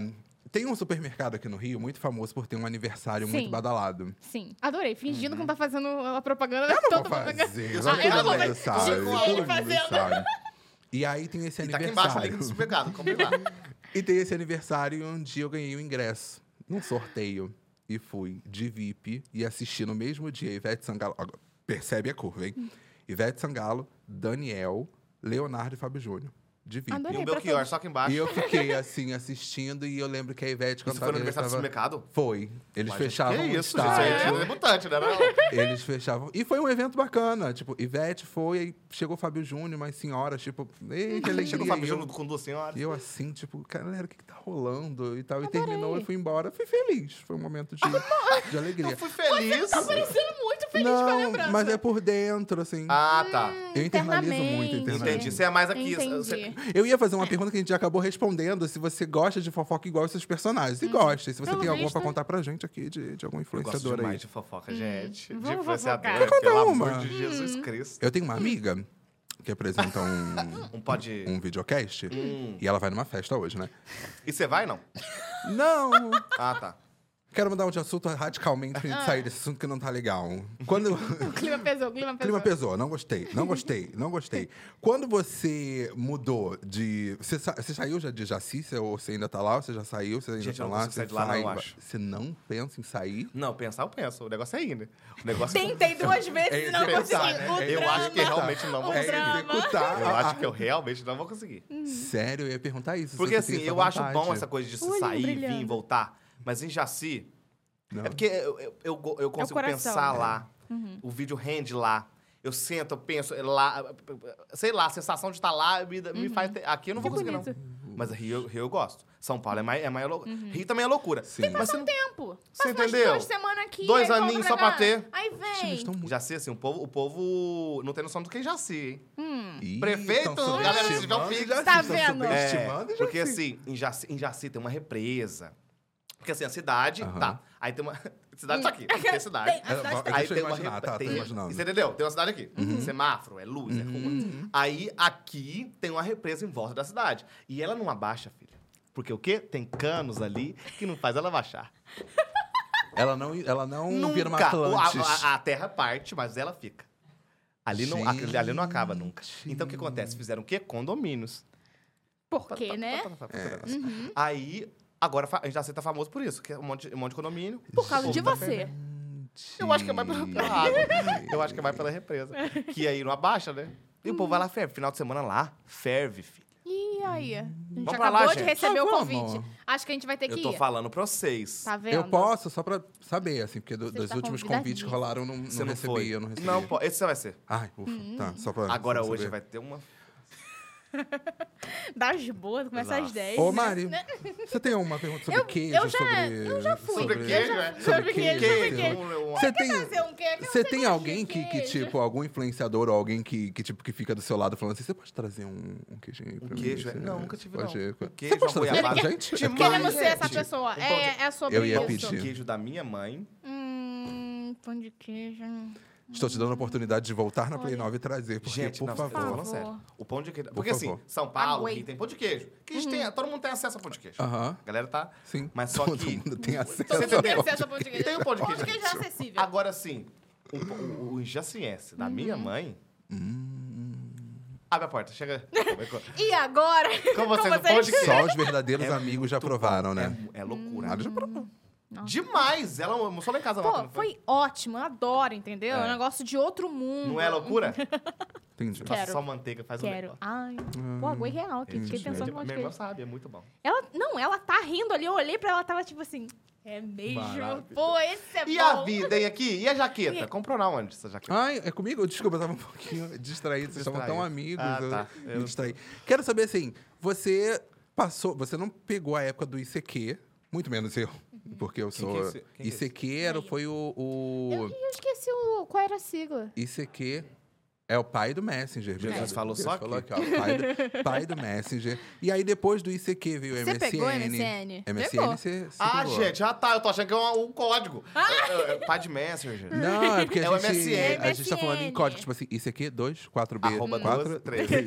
tem um supermercado aqui no Rio muito famoso por ter um aniversário muito
Sim.
badalado.
Sim. Adorei.
Uhum.
Fingindo que não tá fazendo a propaganda.
Eu não
toda
Então vou
propaganda.
fazer.
Ah,
todo
eu não vou
mundo
fazer.
sabe,
Gente,
todo
ele
mundo
fazendo.
sabe. E aí tem esse
E tá aqui embaixo o link
aniversário.
do supermercado, compre lá.
É,
e tem esse aniversário e um dia eu ganhei o ingresso num sorteio. E fui de VIP e assisti no mesmo dia Ivete Sangalo. Agora, percebe a curva, hein? Ivete Sangalo, Daniel, Leonardo e Fábio Júnior. De VIP.
Adorei.
E um
pra
Belchior, só aqui
E
embaixo.
eu fiquei assim assistindo e eu lembro que a Ivete
Isso
cantava.
foi
e eu
no aniversário do
tava-
supermercado?
Foi. Eles
Mas, é
fechavam
Que
o
isso, gente.
estádio.
Isso é debutante, né? não?
Eles fechavam. E foi um evento bacana. Tipo, Ivete foi, aí chegou o Fábio Júnior, umas senhoras, tipo, ei, que alegria.
Chegou o
E
Fábio
eu-
Júnior com duas senhoras.
E eu assim, tipo, galera, o que, que tá rolando? E tal. E
Adorei.
terminou e fui embora. Fui feliz. Foi um momento de, de alegria.
Eu fui feliz.
Tá parecendo muito feliz com a
Não,
lembrança.
mas é por dentro, assim.
Ah, tá.
eu internalizo muito,
internamente.
internalizo.
Entendi. Você é mais aqui.
Hum. Entendi.
Você...
Eu ia fazer uma pergunta que a gente já acabou respondendo, se você gosta de fofoca igual esses personagens. E gosta. E se você
Hum. Pelo
tem alguma
visto-
pra contar pra gente aqui, de, de algum
Eu gosto
influenciador aí.
demais de fofoca, gente.
Hum, Vamos
de influenciador.
fofocar. Hum.
Vou
Pelo
contar
amor
uma.
de Jesus Cristo.
Eu tenho uma amiga que apresenta um,
Um pode.
um videocast.
Hum.
E ela vai numa festa hoje, né?
E você vai, não?
Não!
Ah, tá.
Quero mudar um de assunto radicalmente pra gente sair desse assunto que não tá legal. Quando.
O clima pesou, o clima pesou.
Clima pesou, não gostei, não gostei, não gostei. Quando você mudou de. Você, sa- você saiu já de Jaci? Você, ou você ainda tá lá? Você já saiu? Você ainda
Gente,
tá
eu não
lá?
consigo sair de lá, não,
sai,
eu
vai-
acho.
Você não pensa em sair?
Não, pensar eu penso. O negócio é ir, né? O negócio
Tentei
É
duas vezes e não
pensar,
consegui. O
né? Eu
drama.
acho que realmente não vou
o
é
conseguir.
um drama.
executar. Ah,
Eu acho que eu realmente não vou conseguir.
Sério, eu ia perguntar isso. se
Porque
você
assim,
tem essa
eu acho
vontade.
bom essa coisa de se
Olhinho
sair, vir,
brilhando.
voltar. Mas em Jaci,
Não.
é porque eu, eu, eu, go- eu consigo
É coração. né? Uhum.
pensar lá. O vídeo rende lá. Eu sento, eu penso é lá. Sei lá, a sensação de estar lá me, me faz. ter- Aqui eu não vou
Uhum. Que
conseguir,
bonito. Uhum.
não. Mas Rio, eu- Rio eu gosto. São Paulo é mais, é mais loucura. Rio também é loucura.
Sim.
Mas você não
Tempo.
Você
Passa mais
entendeu?
Duas semanas aqui.
Dois
aí volta
aninhos
pra
só pra
cá.
ter.
Aí
Gente, eles
vem.
estão muito.
Jaci, assim, o povo, o povo não tem noção do que é Jaci, hein?
Ih,
Prefeito,
tão
galera, vocês
subestimando
não ficam.
Jaci,
Tá
tão
vendo?
É,
subestimando Jaci.
porque assim, em Jaci, em Jaci tem uma represa. Porque assim, a cidade,
Aham.
tá. Aí tem uma. Cidade tá aqui, tem a cidade.
Tem, a cidade
É,
tá-
Deixa eu
tem uma
imaginar,
repre-
tá, tô
tem-
imaginando. Uhum. Hum.
Você entendeu? Tem uma cidade aqui. Semáforo, é luz, é rua. Aí aqui tem uma represa em volta da cidade. E ela não abaixa, filha. Porque o quê? Tem canos ali que não faz ela baixar.
Ela não, ela não Um vira uma
Nunca. O- a-
Atlantis.
A, a terra parte, mas ela fica. Ali não, aquele- ali não acaba nunca. Então o que acontece? Fizeram o quê? Condomínios.
Por
Tá,
quê, né?
É.
Aí, agora fa- a gente já tá famoso por isso, que é um monte, um monte de condomínio.
Por causa de
Povo tá
você.
fervendo. Eu acho que é mais
Tá
Tá
pela, pela água. Eu acho que é mais pela represa. Que aí não abaixa, né? E o povo vai lá, ferve. Final de semana lá, ferve, filho.
E aí? A gente
Vamos pra lá,
acabou de
gente.
receber
Ah,
o
vamos.
convite. Acho que a gente vai ter que
Eu tô
ir.
falando pra vocês.
Tá vendo?
Eu posso, só pra saber, assim, porque do-
Você
dos
tá
últimos convites que
convidadíssimo.
rolaram, eu não, não,
Você não,
recebi,
foi.
eu não recebi.
Não, pô, esse você vai ser.
Ai, ufa,
Hum.
tá, só pra
Agora
só pra
hoje
saber.
vai ter uma.
Das boas, começa às né?
Nossa.
10.
Ô, Mari, você tem uma pergunta sobre
É Eu-
queijo?
eu já-
sobre...
eu já fui.
Sobre
Eu
queijo?
já- eu
sobre
já fiquei,
queijo.
já fiquei.
Um- um-
Você
Fazer
tem...
um quê? Que eu
Você
não
tem
sei
alguém que,
mexer
que,
queijo.
tipo, algum influenciador ou alguém que, que, tipo, que fica do seu lado falando assim, você pode trazer um, um queijinho aí pra mim?
queijo,
Você-
é? Não, nunca tive,
pode...
não. Um
você
queijo,
pode
uma
trazer pra
goiabada.
gente?
Demais.
Queremos ser
Gente,
é essa pessoa.
um pão
É, é sobre
Eu ia
isso.
pedir.
Queijo da minha mãe.
Hum, pão de queijo.
Estou te dando a oportunidade de voltar na Play
Olha.
9 e trazer, porque,
Gente,
por
não,
favor.
eu tô falando
Por favor.
sério. O pão de queijo. Porque assim,
favor.
São Paulo,
Aguenta.
Rio tem pão de queijo. Que a gente tem, todo mundo tem acesso a pão de queijo.
Aham.
A galera tá.
Sim.
Mas só
Todo
que. Então,
mundo tem acesso
Todo
Você
mundo tem
entendeu?
acesso ao é pão de queijo.
Tem o pão de queijo.
Pão de queijo é acessível.
Agora sim, o, o, assim, o injaciense
Uhum.
da minha mãe.
Hum.
Abre a porta, chega.
E agora?
Com vocês, o pão de queijo.
Só os verdadeiros
É
amigos já provaram, né?
É, é loucura.
Nada já provaram.
Demais! Ela é tá almoçou lá em casa lá.
Hum, Pô,
quando
foi ótimo, eu adoro, entendeu? É um negócio de outro mundo.
Não é loucura?
Entendi.
Quero.
Passa só manteiga, faz um
Quero.
negócio.
Ai, pô, aguei real aqui. Fiquei
Gente,
pensando no pão de
Minha irmã
queijo.
sabe, é muito bom.
Ela, não, ela tá rindo ali. Eu olhei pra ela, tava tipo assim, é mesmo?
Maravilhoso.
Pô, esse é bom.
E a vida, hein, aqui? E a jaqueta? Comprou na onde essa jaqueta?
Ai, é comigo? Desculpa, eu tava um pouquinho distraído. Vocês estavam tão
Distraído.
amigos.
Ah,
eu
tá.
me
Eu-
distraí. Quero saber assim, você passou. Você não pegou a época do ICQ, muito menos eu,
Uhum.
porque eu
que é
sou.
esse- quem que é esse?
ICQ era, foi o. o-
Eu esqueci o, qual era a sigla.
ICQ é o pai do Messenger. obrigado.
falou
Deus
só
falou aqui,
aqui.
ó, o pai, do, pai do Messenger. E aí depois do ICQ veio o
Você
MSN.
pegou MSN? Pegou.
MSN você. você
Ah,
pegou.
gente, ah tá, eu tô achando que é um, um código.
Ah!
É, é, é, Pai de Messenger.
Não, é porque a
É o
gente,
MSN.
a gente tá falando em
MSN.
código, tipo assim, isso aqui, 2, 4B,
Arroba
4,
doze, treze.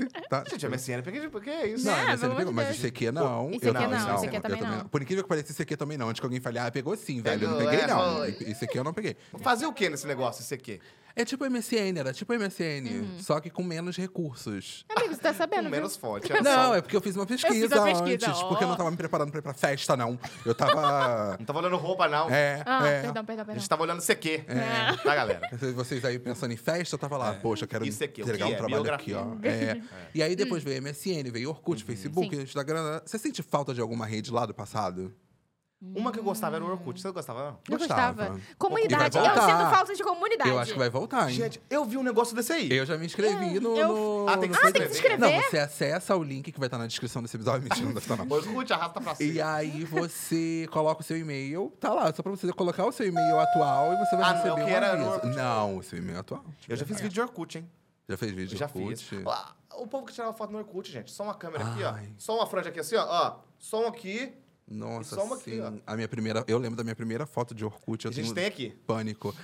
12, tá?
Gente, MSN, por que, por que é isso?
Não,
Né?
mas você não
Pelo amor
pegou,
de
mas
Deus.
isso aqui não.
Isso
eu
aqui
não,
não,
eu
isso aqui
eu
também não.
Por incrível que pareça, isso aqui também não. Antes que alguém fale, ah, pegou sim, velho. Eu não
Pegou,
peguei,
é,
não.
foi.
Isso aqui eu não peguei.
Fazer o que nesse negócio, esse aqui?
É tipo MSN, era tipo MSN,
Uhum.
só que com menos recursos.
Amigo, você tá
Com
sabendo, viu?
Um menos fonte. olha
Não,
só.
é porque eu fiz uma pesquisa,
fiz uma pesquisa,
antes,
ó.
porque eu não tava me preparando pra ir pra festa, não. Eu tava.
Não tava olhando roupa, não.
é,
Ah,
é.
perdão, perdão,
A
perdão.
gente tava olhando esse aqui.
É.
Tá, galera?
Vocês aí pensando em festa, eu tava lá, poxa, eu quero
É. Isso aqui, o
entregar
que
um
é?
trabalho aqui, ó. É. E aí depois veio MSN, veio
Uhum.
Orkut, Facebook,
Hum. Sim.
Instagram. Você sente falta de alguma rede lá do passado?
Uma que eu gostava era o Orkut. Você gostava, não?
Eu gostava.
Gostava.
Comunidade.
E
Eu
vai voltar.
sinto falta de comunidade.
Eu acho que vai voltar, hein?
Gente, eu vi um negócio desse aí.
Eu já me inscrevi no,
É, eu-
no-
Ah, tem que
no
se
Facebook.
inscrever. Ah, tem que se
inscrever?
Não, você acessa o link que vai estar na descrição desse episódio. Mentira, não deve estar, não.
Orkut arrasta pra
E
cima.
aí você coloca o seu e-mail. Tá lá, só pra você colocar o seu e-mail atual e você vai
Ah, não,
receber
que
um
era
aviso.
no-
Não, o seu e-mail é atual.
Eu já fiz vídeo de Orkut, hein?
Já fez
Eu
vídeo
já
de Orkut?
fiz. Ah, O povo que tirava foto no Orkut, gente. Só uma câmera aqui,
Ai.
ó. Só uma franja aqui assim, ó. ó. Só um aqui.
Nossa,
E só uma aqui,
sim. a minha primeira, eu lembro da minha primeira foto de Orkut. Eu
A gente
tenho
tem aqui.
Pânico.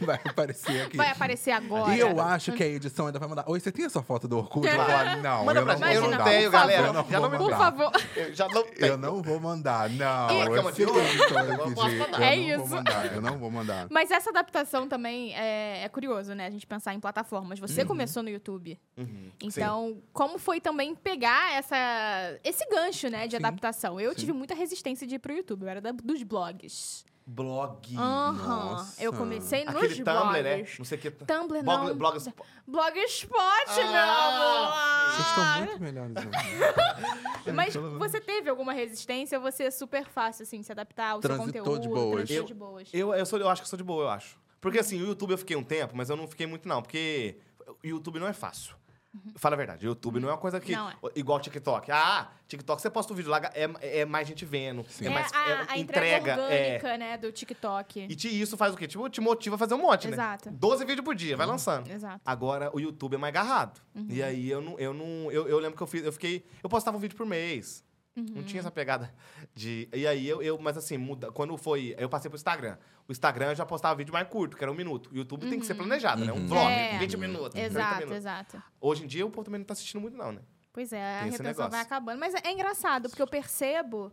Vai aparecer aqui.
Vai aparecer agora.
E eu acho que a edição ainda vai mandar. Oi, você tem a sua foto do Orkut? Eu vou falar, não,
Manda
eu
pra
não vou
gente.
Eu não
mandar.
tenho,
Eu
galera.
não
Já
vou
não me-
Por
mandar.
favor.
Eu já não tenho.
Eu não vou mandar, não.
E-
Eu
Cama de
sei
ouro?
que eu
Eu não
pedi.
posso
Eu
mandar.
não
É
vou
isso.
mandar, eu não vou mandar.
Mas essa adaptação também é, é curioso, né? A gente pensar em plataformas. Você começou no YouTube. Então, como foi também pegar essa, esse gancho, né, de
Sim.
adaptação? Eu
Sim.
tive muita resistência de ir pro YouTube. Eu era da- dos blogs.
Blog.
Aham.
nossa.
Eu comecei nos
Aquele Tumblr, né?
blogs.
Não sei o que.
Tumblr,
Blog-
não.
blogs-
Blogspot,
Ah,
Vocês
meu
estão
amor!
muito melhores. né?
Mas você teve alguma resistência? ou Você é super fácil, assim, de se adaptar ao
Transitou
seu conteúdo?
de boas.
Transitou
Eu-
de boas.
Eu, eu, sou, eu acho que eu sou de boa, eu acho. Porque assim, o YouTube eu fiquei um tempo, mas eu não fiquei muito, não. Porque o YouTube não é fácil. Fala a verdade, o YouTube não é uma coisa que.
Uhum. Não é.
Igual TikTok. Ah, TikTok você posta o vídeo lá, é, é mais gente vendo.
Sim.
É mais
a,
é
a
entrega.
orgânica,
É.
né, do TikTok.
E te- isso faz o quê? Tipo, te motiva a fazer um monte, né?
Exato.
12 vídeos por dia, vai lançando.
Exato.
Agora o YouTube é mais agarrado.
Uhum.
E aí eu não. Eu, não eu, eu lembro que eu fiz. Eu fiquei. Eu postava um vídeo por mês. Não
Uhum.
tinha essa pegada de. E aí eu, eu. Mas assim, muda. Quando foi. Eu passei pro Instagram. O Instagram eu já postava vídeo mais curto, que era um minuto. O YouTube tem que ser planejado,
Uhum.
né? Um vlog,
Uhum. É.
20 minutos. 30
Exato,
minutos.
exato.
Hoje em dia o povo também não tá assistindo muito, não, né?
Pois é, a
Tem esse
retenção
negócio.
vai acabando. Mas é, é engraçado, porque eu percebo...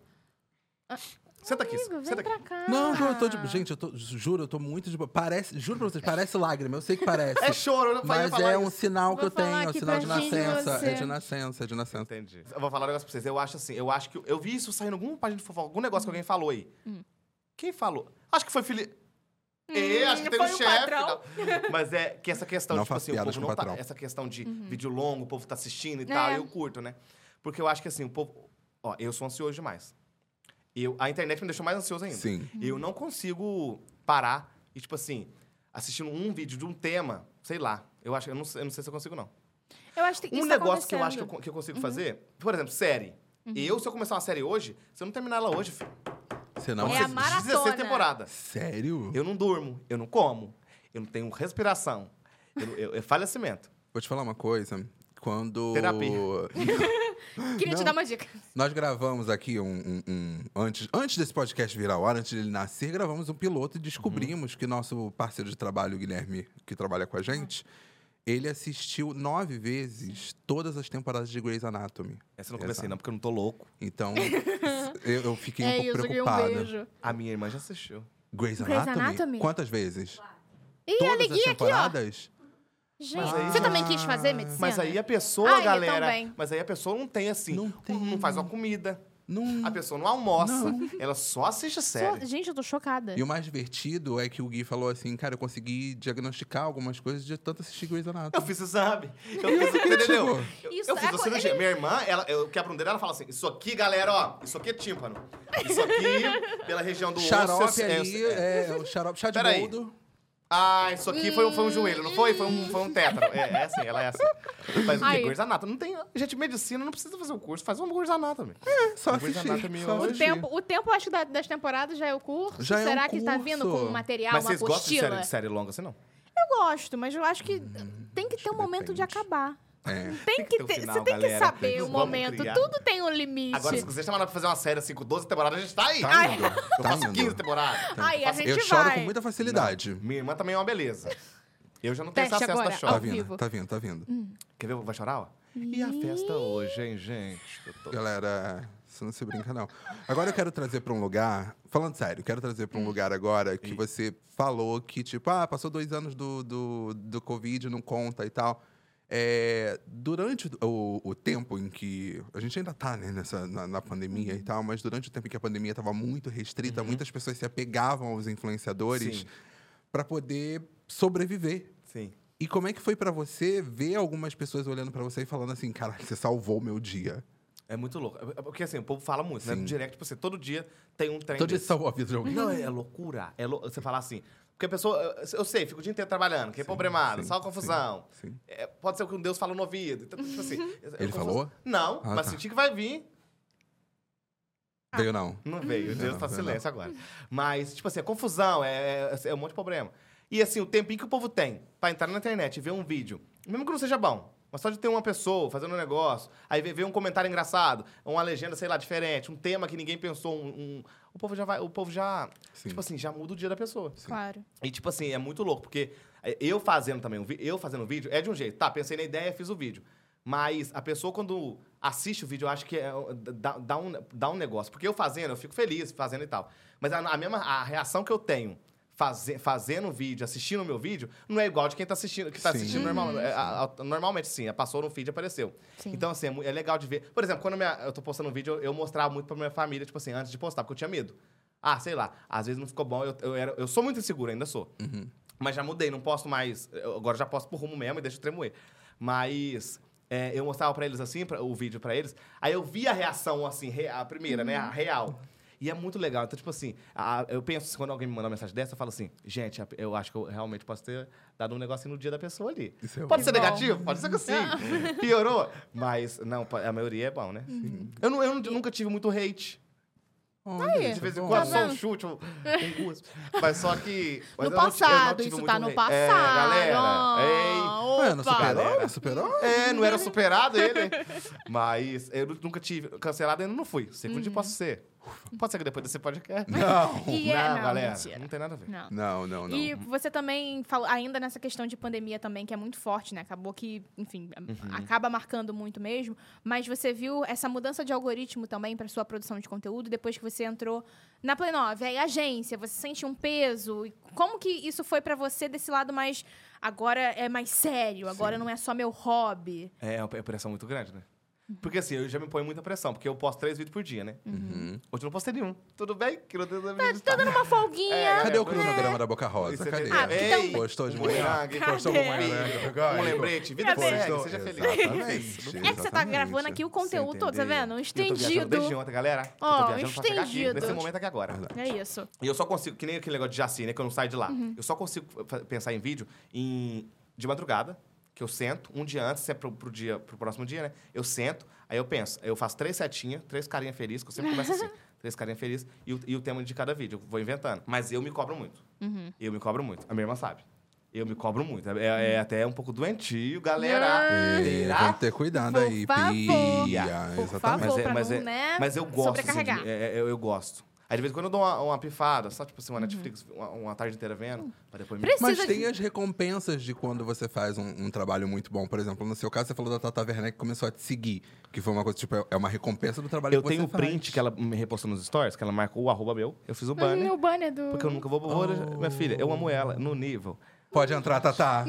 Senta aqui,
Amigo, vem
senta aqui.
pra cá.
Não, eu tô
Ah.
de. Gente, eu tô. Juro, eu tô muito de boa. Parece, juro pra vocês, parece lágrima. Eu sei que parece.
É choro, eu não falei
mas
falar
é
isso.
um sinal que
Vou
eu tenho,
falar
é um
aqui
sinal de
pertinho de
nascença.
você.
É de nascença, é de nascença.
Entendi. Eu vou falar um negócio pra vocês. Eu acho assim, eu acho que. Eu vi isso saindo em alguma página de fofoca, algum negócio que alguém falou aí.
Hum.
Quem falou? Acho que foi Felipe. É, acho que teve
foi
um
o
chefe.
patrão.
não. Mas é que essa questão,
Não
tipo
faço
assim, o
piadas
povo
com
não tá.
patrão.
Essa questão de vídeo longo, o povo tá assistindo e tal,
Uhum. É.
eu curto, né? Porque eu acho que assim, o povo. Ó, eu sou ansioso demais. Eu, a internet me deixou mais ansioso ainda.
Sim.
Eu não consigo parar e, tipo assim, assistindo um vídeo de um tema, sei lá. Eu acho, eu não, sei- eu não sei se eu consigo, não.
Eu acho que
Um
isso tá
negócio que eu acho que
acontecendo.
eu,
Uhum.
con- que eu consigo fazer, por exemplo, série. Eu, se eu começar uma série hoje, se eu não terminar ela hoje, filho,
Senão.
É
vão
a
ser
ma- maratona.
16 temporadas.
Sério?
Eu não durmo, eu não como, eu não tenho respiração, eu, não- eu, eu falecimento.
Vou te falar uma coisa. Quando.
Terapia.
Queria te
Não.
dar uma dica.
Nós gravamos aqui um. um- um- antes, antes desse podcast virar ao ar, antes dele nascer, gravamos um piloto e descobrimos que nosso parceiro de trabalho, o Guilherme, que trabalha com a gente, ele assistiu nove vezes todas as temporadas de Grey's Anatomy.
Essa eu não comecei, não, porque eu não tô louco.
Então, eu, eu fiquei um
é
pouco
isso, eu ganhei um
né?
preocupada.
beijo.
A minha irmã já assistiu.
Grey's
Grey's
Anatomy?
Anatomy?
Quantas vezes?
Ih, a
todas as
liguinha aqui, ó.
temporadas?
Gente,
Mas aí-
você também quis fazer medicina?
Mas aí é a pessoa,
Ah, ele
galera.
também.
Mas aí a pessoa não tem assim.
Não
Não,
tem.
não faz uma comida.
Não.
A pessoa não almoça. Ela só assiste a
Sou-
série.
Gente, eu tô chocada.
E o mais divertido é que o Gui falou assim, cara, eu consegui diagnosticar algumas coisas de tanto assistir Grey's
Eu
Anatomy.
fiz exame. Eu fiz,
Tipo,
entendeu? Eu,
Isso
eu
é
fiz a
co-
cirurgia. Minha irmã, ela, eu quebro um dedo, ela fala assim: Isso aqui, galera, ó. Isso aqui é tímpano. Isso aqui, pela região do
Xarope
osso. é-
ali,
é-
é, o xarope, chá de
Peraí.
boldo.
Ah, isso aqui foi, um- foi um joelho, não foi? Foi um, foi um tétano. É, é assim, ela é assim. Mas o
Aí.
que? Grey's Anatomy. Não tem... Gente, medicina não precisa fazer um curso. Faz um Grey's Anatomy.
É
Só
Grey's
assistir.
Anatomy
só
eu-
O
assistir.
tempo, o tempo, acho que da- das temporadas já é o curso.
Já é
Será
um
que tá
curso.
vindo com um material,
Mas
uma
vocês gostam de
apostila?
série, série longa assim, não?
Eu gosto, mas eu acho que tem que ter um
Hum, que
momento
depende.
de acabar.
É.
Tem que
ter um
ter,
final,
você tem que
galera.
saber o
Vamos
momento.
criar.
Tudo tem um limite.
Agora, se quiser chamar nós pra fazer uma série assim com 12 temporadas, a gente tá aí.
Tá
Ai.
indo,
Eu
tá
faço 15
indo.
temporadas.
Aí a gente
Eu choro
vai.
com muita facilidade.
Minha irmã também é uma beleza. Eu já não tenho
Teste
esse acesso
agora,
pra
Tá
ao
chorar.
vindo,
vivo.
tá vindo, tá vindo.
Quer ver? Vai chorar, ó. E a festa hoje, hein, gente? Eu tô-
Galera, isso não se brinca, não. Agora eu quero trazer pra um lugar. Falando sério, eu quero trazer
Hum.
pra um lugar agora que você falou que, tipo, ah, passou dois anos do, do, do Covid, não conta e tal. É, durante o, o tempo em que. A gente ainda tá, né, nessa, na, na pandemia
Uhum.
e tal, mas durante o tempo em que a pandemia tava muito restrita, muitas pessoas se apegavam aos influenciadores
Sim.
pra poder sobreviver.
Sim.
E como é que foi pra você ver algumas pessoas olhando pra você e falando assim, caralho, você salvou meu dia?
É muito louco. É- é Porque assim, o povo fala muito, né?
Sim.
No direct, tipo assim, todo dia tem um trem
Todo dia tá
desse.
você salvou a vida de alguém.
Não, é loucura. É lou- Você fala assim. Porque a pessoa, eu- eu sei, fica o dia inteiro trabalhando, que é problemado,
sim,
só confusão.
sim, sim.
É, pode ser o que um Deus fala no ouvido. Então, tipo assim, eu- eu
Ele
confuso-
falou?
Não,
Ah,
mas
tá.
senti que vai vir.
Ah.
Veio não.
Não veio, Deus
Não,
tá em
não.
silêncio agora. Mas, tipo assim, é confusão, é, é- é um monte de problema. E assim, o tempinho que o povo tem pra entrar na internet e ver um vídeo, mesmo que não seja bom, mas só de ter uma pessoa fazendo um negócio, aí ver, ver um comentário engraçado, uma legenda, sei lá, diferente, um tema que ninguém pensou, um. um- o povo já vai. O povo já.
Sim.
Tipo assim, já muda o dia da pessoa.
Claro.
E, tipo assim, é muito louco, porque é, eu fazendo também um vi- eu fazendo um vídeo é de um jeito. Tá, pensei na ideia, fiz o vídeo. Mas a pessoa, quando assiste o vídeo, eu acho que é, dá, dá um, dá um negócio. Porque eu fazendo, eu fico feliz fazendo e tal. Mas a, a mesma a reação que eu tenho faze- fazendo o vídeo, assistindo o meu vídeo, não é igual de quem tá assistindo, que tá
Sim.
assistindo normal- é, a- a- normalmente, sim. Passou no feed, apareceu.
Sim.
Então, assim, é, mu- é legal de ver. Por exemplo, quando minha- eu tô postando um vídeo, eu, eu mostrava muito pra minha família, tipo assim, antes de postar, porque eu tinha medo. Ah, sei lá, às vezes não ficou bom. Eu, eu, era- eu sou muito inseguro, ainda sou. Mas já mudei, não posto mais. eu- agora já posto por rumo mesmo e deixo tremoer. Mas é, eu mostrava pra eles assim, pra- o vídeo pra eles. Aí eu vi a reação, assim, re- a primeira, né? A real. E é muito legal. Então, tipo assim, a- eu penso, assim, quando alguém me manda uma mensagem dessa, eu falo assim, gente, a- eu acho que eu realmente posso ter dado um negocinho no dia da pessoa ali.
Isso é
pode ser
bom.
negativo? Pode ser que sim. Piorou? Mas, não, pa- a maioria é bom, né? Eu, não- eu nu- nunca tive muito hate.
Olha, é
De vez em
bom. Tá
quando, só um
vendo?
chute, um, um cuspe. Mas só que... mas
no
eu não ti- eu não
passado,
tive
isso
muito
tá no
hate.
passado.
É, galera. Ei,
Ah,
Ué, É, não
opa.
superou? Não
Galera.
superou?
é, não era superado ele. né? Mas eu nu- nunca tive. Cancelado ainda não fui. Segundo dia posso ser. Pode ser que depois desse podcast.
Não.
E é, não,
galera.
mentira.
Não tem nada a ver.
Não.
Não, não, não.
E você também falou, ainda nessa questão de pandemia também, que é muito forte, né? Acabou que, enfim, a- acaba marcando muito mesmo. Mas você viu essa mudança de algoritmo também para sua produção de conteúdo depois que você entrou na Play 9, aí agência, você sente um peso. E como que isso foi para você desse lado mais agora é mais sério, agora não é só meu hobby?
É uma pressão muito grande, né? Porque assim, eu já me ponho muita pressão, porque eu posto três vídeos por dia, né?
Uhum.
Hoje eu não postei nenhum. Tudo bem? Que não tem nada a ver.
Tá dando uma folguinha.
Cadê
É,
o cronograma da Boca Rosa?
Isso é
Cadê?
verdade.
Ah, então-
Postou de manhã?
Cadê?
Postou de manhã?
Um lembrete, vida que
Cadê?
segue, seja feliz.
Exatamente.
É que você tá
Exatamente.
gravando aqui o conteúdo todo, tá vendo? Um
E eu tô viajando
estendido.
desde ontem, galera. Eu
Ó,
tô viajando pra chegar aqui,
estendido.
nesse momento aqui agora.
É isso.
E eu só consigo, que nem aquele negócio de Jaci, né? Que eu não saio de lá. Eu só consigo fa- pensar em vídeo em, de madrugada, que eu sento, um dia antes, se é pro, pro dia, pro próximo dia, né? Eu sento, aí eu penso, eu faço três setinhas, três carinhas felizes, que eu sempre começo assim. Três carinhas felizes e o, e o tema de cada vídeo. Eu vou inventando. Mas eu me cobro muito. Eu me cobro muito. A minha irmã sabe. Eu me cobro muito. É, é- é até um pouco doentio, galera.
Ah.
É,
Terá?
vamos ter cuidado
Por
aí,
favor.
pia.
Por
Exatamente.
favor. pra não, né,
é, mas eu gosto. assim, de-
sobrecarregar.
é- é- eu, eu gosto. Aí, de vez em quando, eu dou uma, uma pifada, só tipo assim, uma Netflix, uma, uma tarde inteira vendo, pra depois me.
Uhum. Hum.
Mas
Precisa de-
tem as recompensas de quando você faz um, um trabalho muito bom. Por exemplo, no seu caso, você falou da Tata Werneck que começou a te seguir. Que foi uma coisa, tipo, é- é uma recompensa do trabalho
Eu
que você
tenho o
faz.
print que ela me repostou nos stories, que ela marcou o arroba meu. Eu fiz o
Hum,
banner.
o banner do...
Porque eu nunca vou. vou Minha filha, eu amo ela no nível.
Pode entrar, Tatá.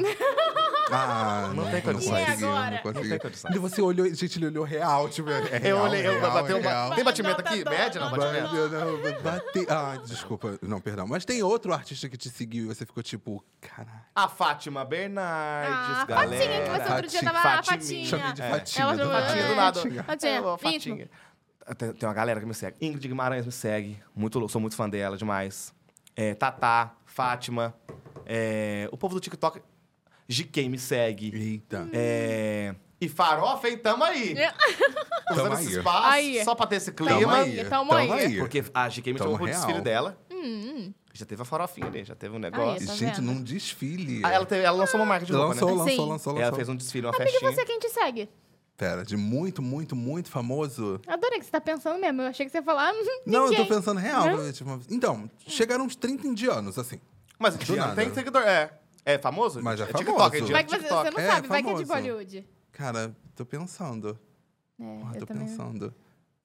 Ah,
Não tem condições.
E
conseguiu,
agora?
Não conseguiu.
Não tem condições.
E você olhou, gente, ele olhou real, tipo, é real,
eu olhei,
é
eu
real,
bateu
é
uma.
real.
Tem batimento aqui?
Dá, dá,
Média? Não,
dá,
Vai,
batimento.
meu Deus, vai bater. Ah, desculpa. Não, perdão. Mas tem outro artista que te seguiu e você ficou tipo, caralho.
A Fátima Bernardes,
Ah, a
galera.
Fatinha, que você outro dia tava lá, a
Fatiminha.
Fatinha.
Chamei de
É.
fatinha.
Ela
do
chamou-
fatinha.
Fatinha do
É,
nada.
Fatinha. Fatinha,
Eu,
íntimo.
Fatinha. Tem, tem uma galera que me segue. Ingrid Guimarães me segue. Muito louco, sou muito fã dela demais. É, Tatá, Fátima. é, o povo do TikTok. GK me segue.
Eita.
É, e farofa, hein? Tamo aí.
É.
Usando
Tamo
esse
aí.
espaço,
Aí.
só pra ter esse
Tamo
clima.
aí, tamo aí.
Porque a GK me
Tamo
chamou pro
real.
desfile dela.
Hum,
Já teve a farofinha ali, já teve um negócio.
Aí, tá
Gente,
vendo? tá
num desfile.
Ah, ela, teve- ela lançou uma marca de roupa,
lançou,
né?
lançou,
Sim.
lançou, lançou,
Ela fez um desfile, uma
Amiga,
festinha.
você é quem te segue?
Pera, de muito, muito, muito famoso.
Adorei que você tá pensando mesmo. Eu achei que você ia falar... hum,
Não, eu tô
ninguém.
pensando real. tipo, então, chegaram uns 30 indianos, assim.
Mas do
nada.
nada. tem seguidor. É. É famoso?
Mas é famoso.
TikTok, é de
Vai que você, você
TikTok.
não
É,
sabe, vai que é de
famoso.
Bollywood.
Cara, tô pensando.
É,
Porra,
eu
tô
também.
pensando.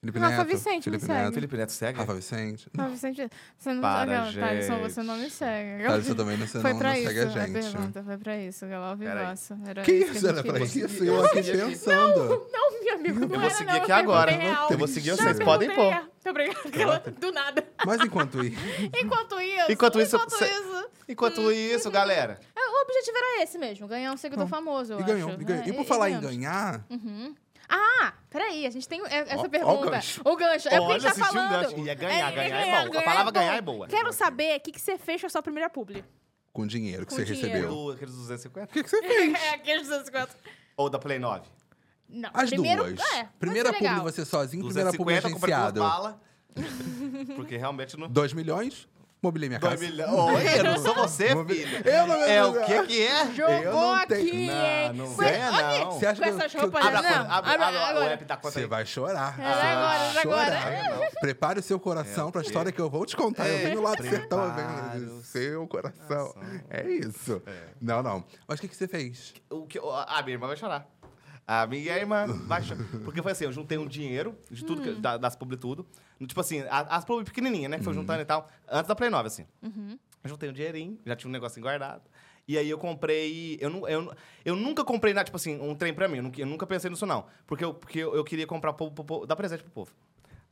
Felipe
Rafa
Neto.
Vicente me
Felipe
segue.
Neto.
É, Felipe Neto segue?
Rafa Vicente.
Ah, Vicente, você não
Para,
Não, Thaleson,
gente.
você não me segue.
Cara, você também não, você
Foi
não,
pra
não
isso é
segue a
a
gente.
pergunta, foi pra isso, Galol
Peraí.
Vivaço. Era
que
a
isso?
gente
Era pra
quis.
isso? Eu aqui pensando.
Não, meu amigo, não
vou
era
seguir
não, eu
aqui agora.
perguntei real.
Eu vou seguir
Não,
vocês,
eu
podem
perguntei
pôr.
real. Muito obrigada, Galol, do nada.
Mas enquanto isso.
Enquanto isso,
Enquanto isso,
enquanto
cê-
isso,
Enquanto isso, galera.
é, o objetivo era esse mesmo, ganhar um seguidor famoso, eu
Hum. E ganhou,
acho.
e ganhou.
É,
E por falar em
ganhamos. Uhum.
ganhar,
Ah, peraí, a gente tem é- essa
Ó, ó o
pergunta.
gancho.
o gancho. É porque a
Olha,
gente tá
assisti um
falando.
gancho. E é ganhar, ganhar é bom. A
ganhar
palavra
bom.
ganhar é boa.
Quero saber o que, que você fez com a sua primeira publi.
com o dinheiro que
Com
você
dinheiro.
recebeu.
Do, aqueles 250?
O que, que você fez?
é, aqueles 250.
Ou da Play 9?
Não,
As
primeiro,
duas.
É,
primeira
pode ser
publi
legal.
você sozinho, primeira publi
250, eu comprei duas
agenciado.
balas. Porque realmente não...
2 milhões, mobilei minha casa.
Dois milhões. Oi, eu não sou você, filha.
Eu não-
É o que que é?
Eu
Jogou
não
aqui,
tenho-
hein?
Não, não
Mas,
ganha,
olha,
não.
Você acha
com
que eu-
essas
que eu-
roupas
Abre, a
não.
conta, abre, abre, o app da conta
Você
aí.
vai chorar.
É agora,
Você vai
é agora.
chorar. Prepare o seu coração para a história que eu vou te contar. Eu vim lá do sertão, eu
Prepare
venho
o
do seu coração. É isso. Não, não. Mas o que, que você fez?
o que, a minha irmã vai chorar. A minha irmã vai chorar. Porque foi assim, eu juntei um dinheiro de tudo, que- da- das publi tudo. Tipo assim, a- as publi pequenininhas, né? Que foi juntando e tal. Antes da Play 9, assim. Eu juntei um dinheirinho, já tinha um negocinho guardado. E aí eu comprei... Eu, nu- eu, nu- eu nunca comprei, nada, tipo assim, um trem pra mim. Eu nunca, eu nunca pensei nisso, não. Porque eu, porque eu, eu queria comprar, pro, pro, pro- dar presente pro povo.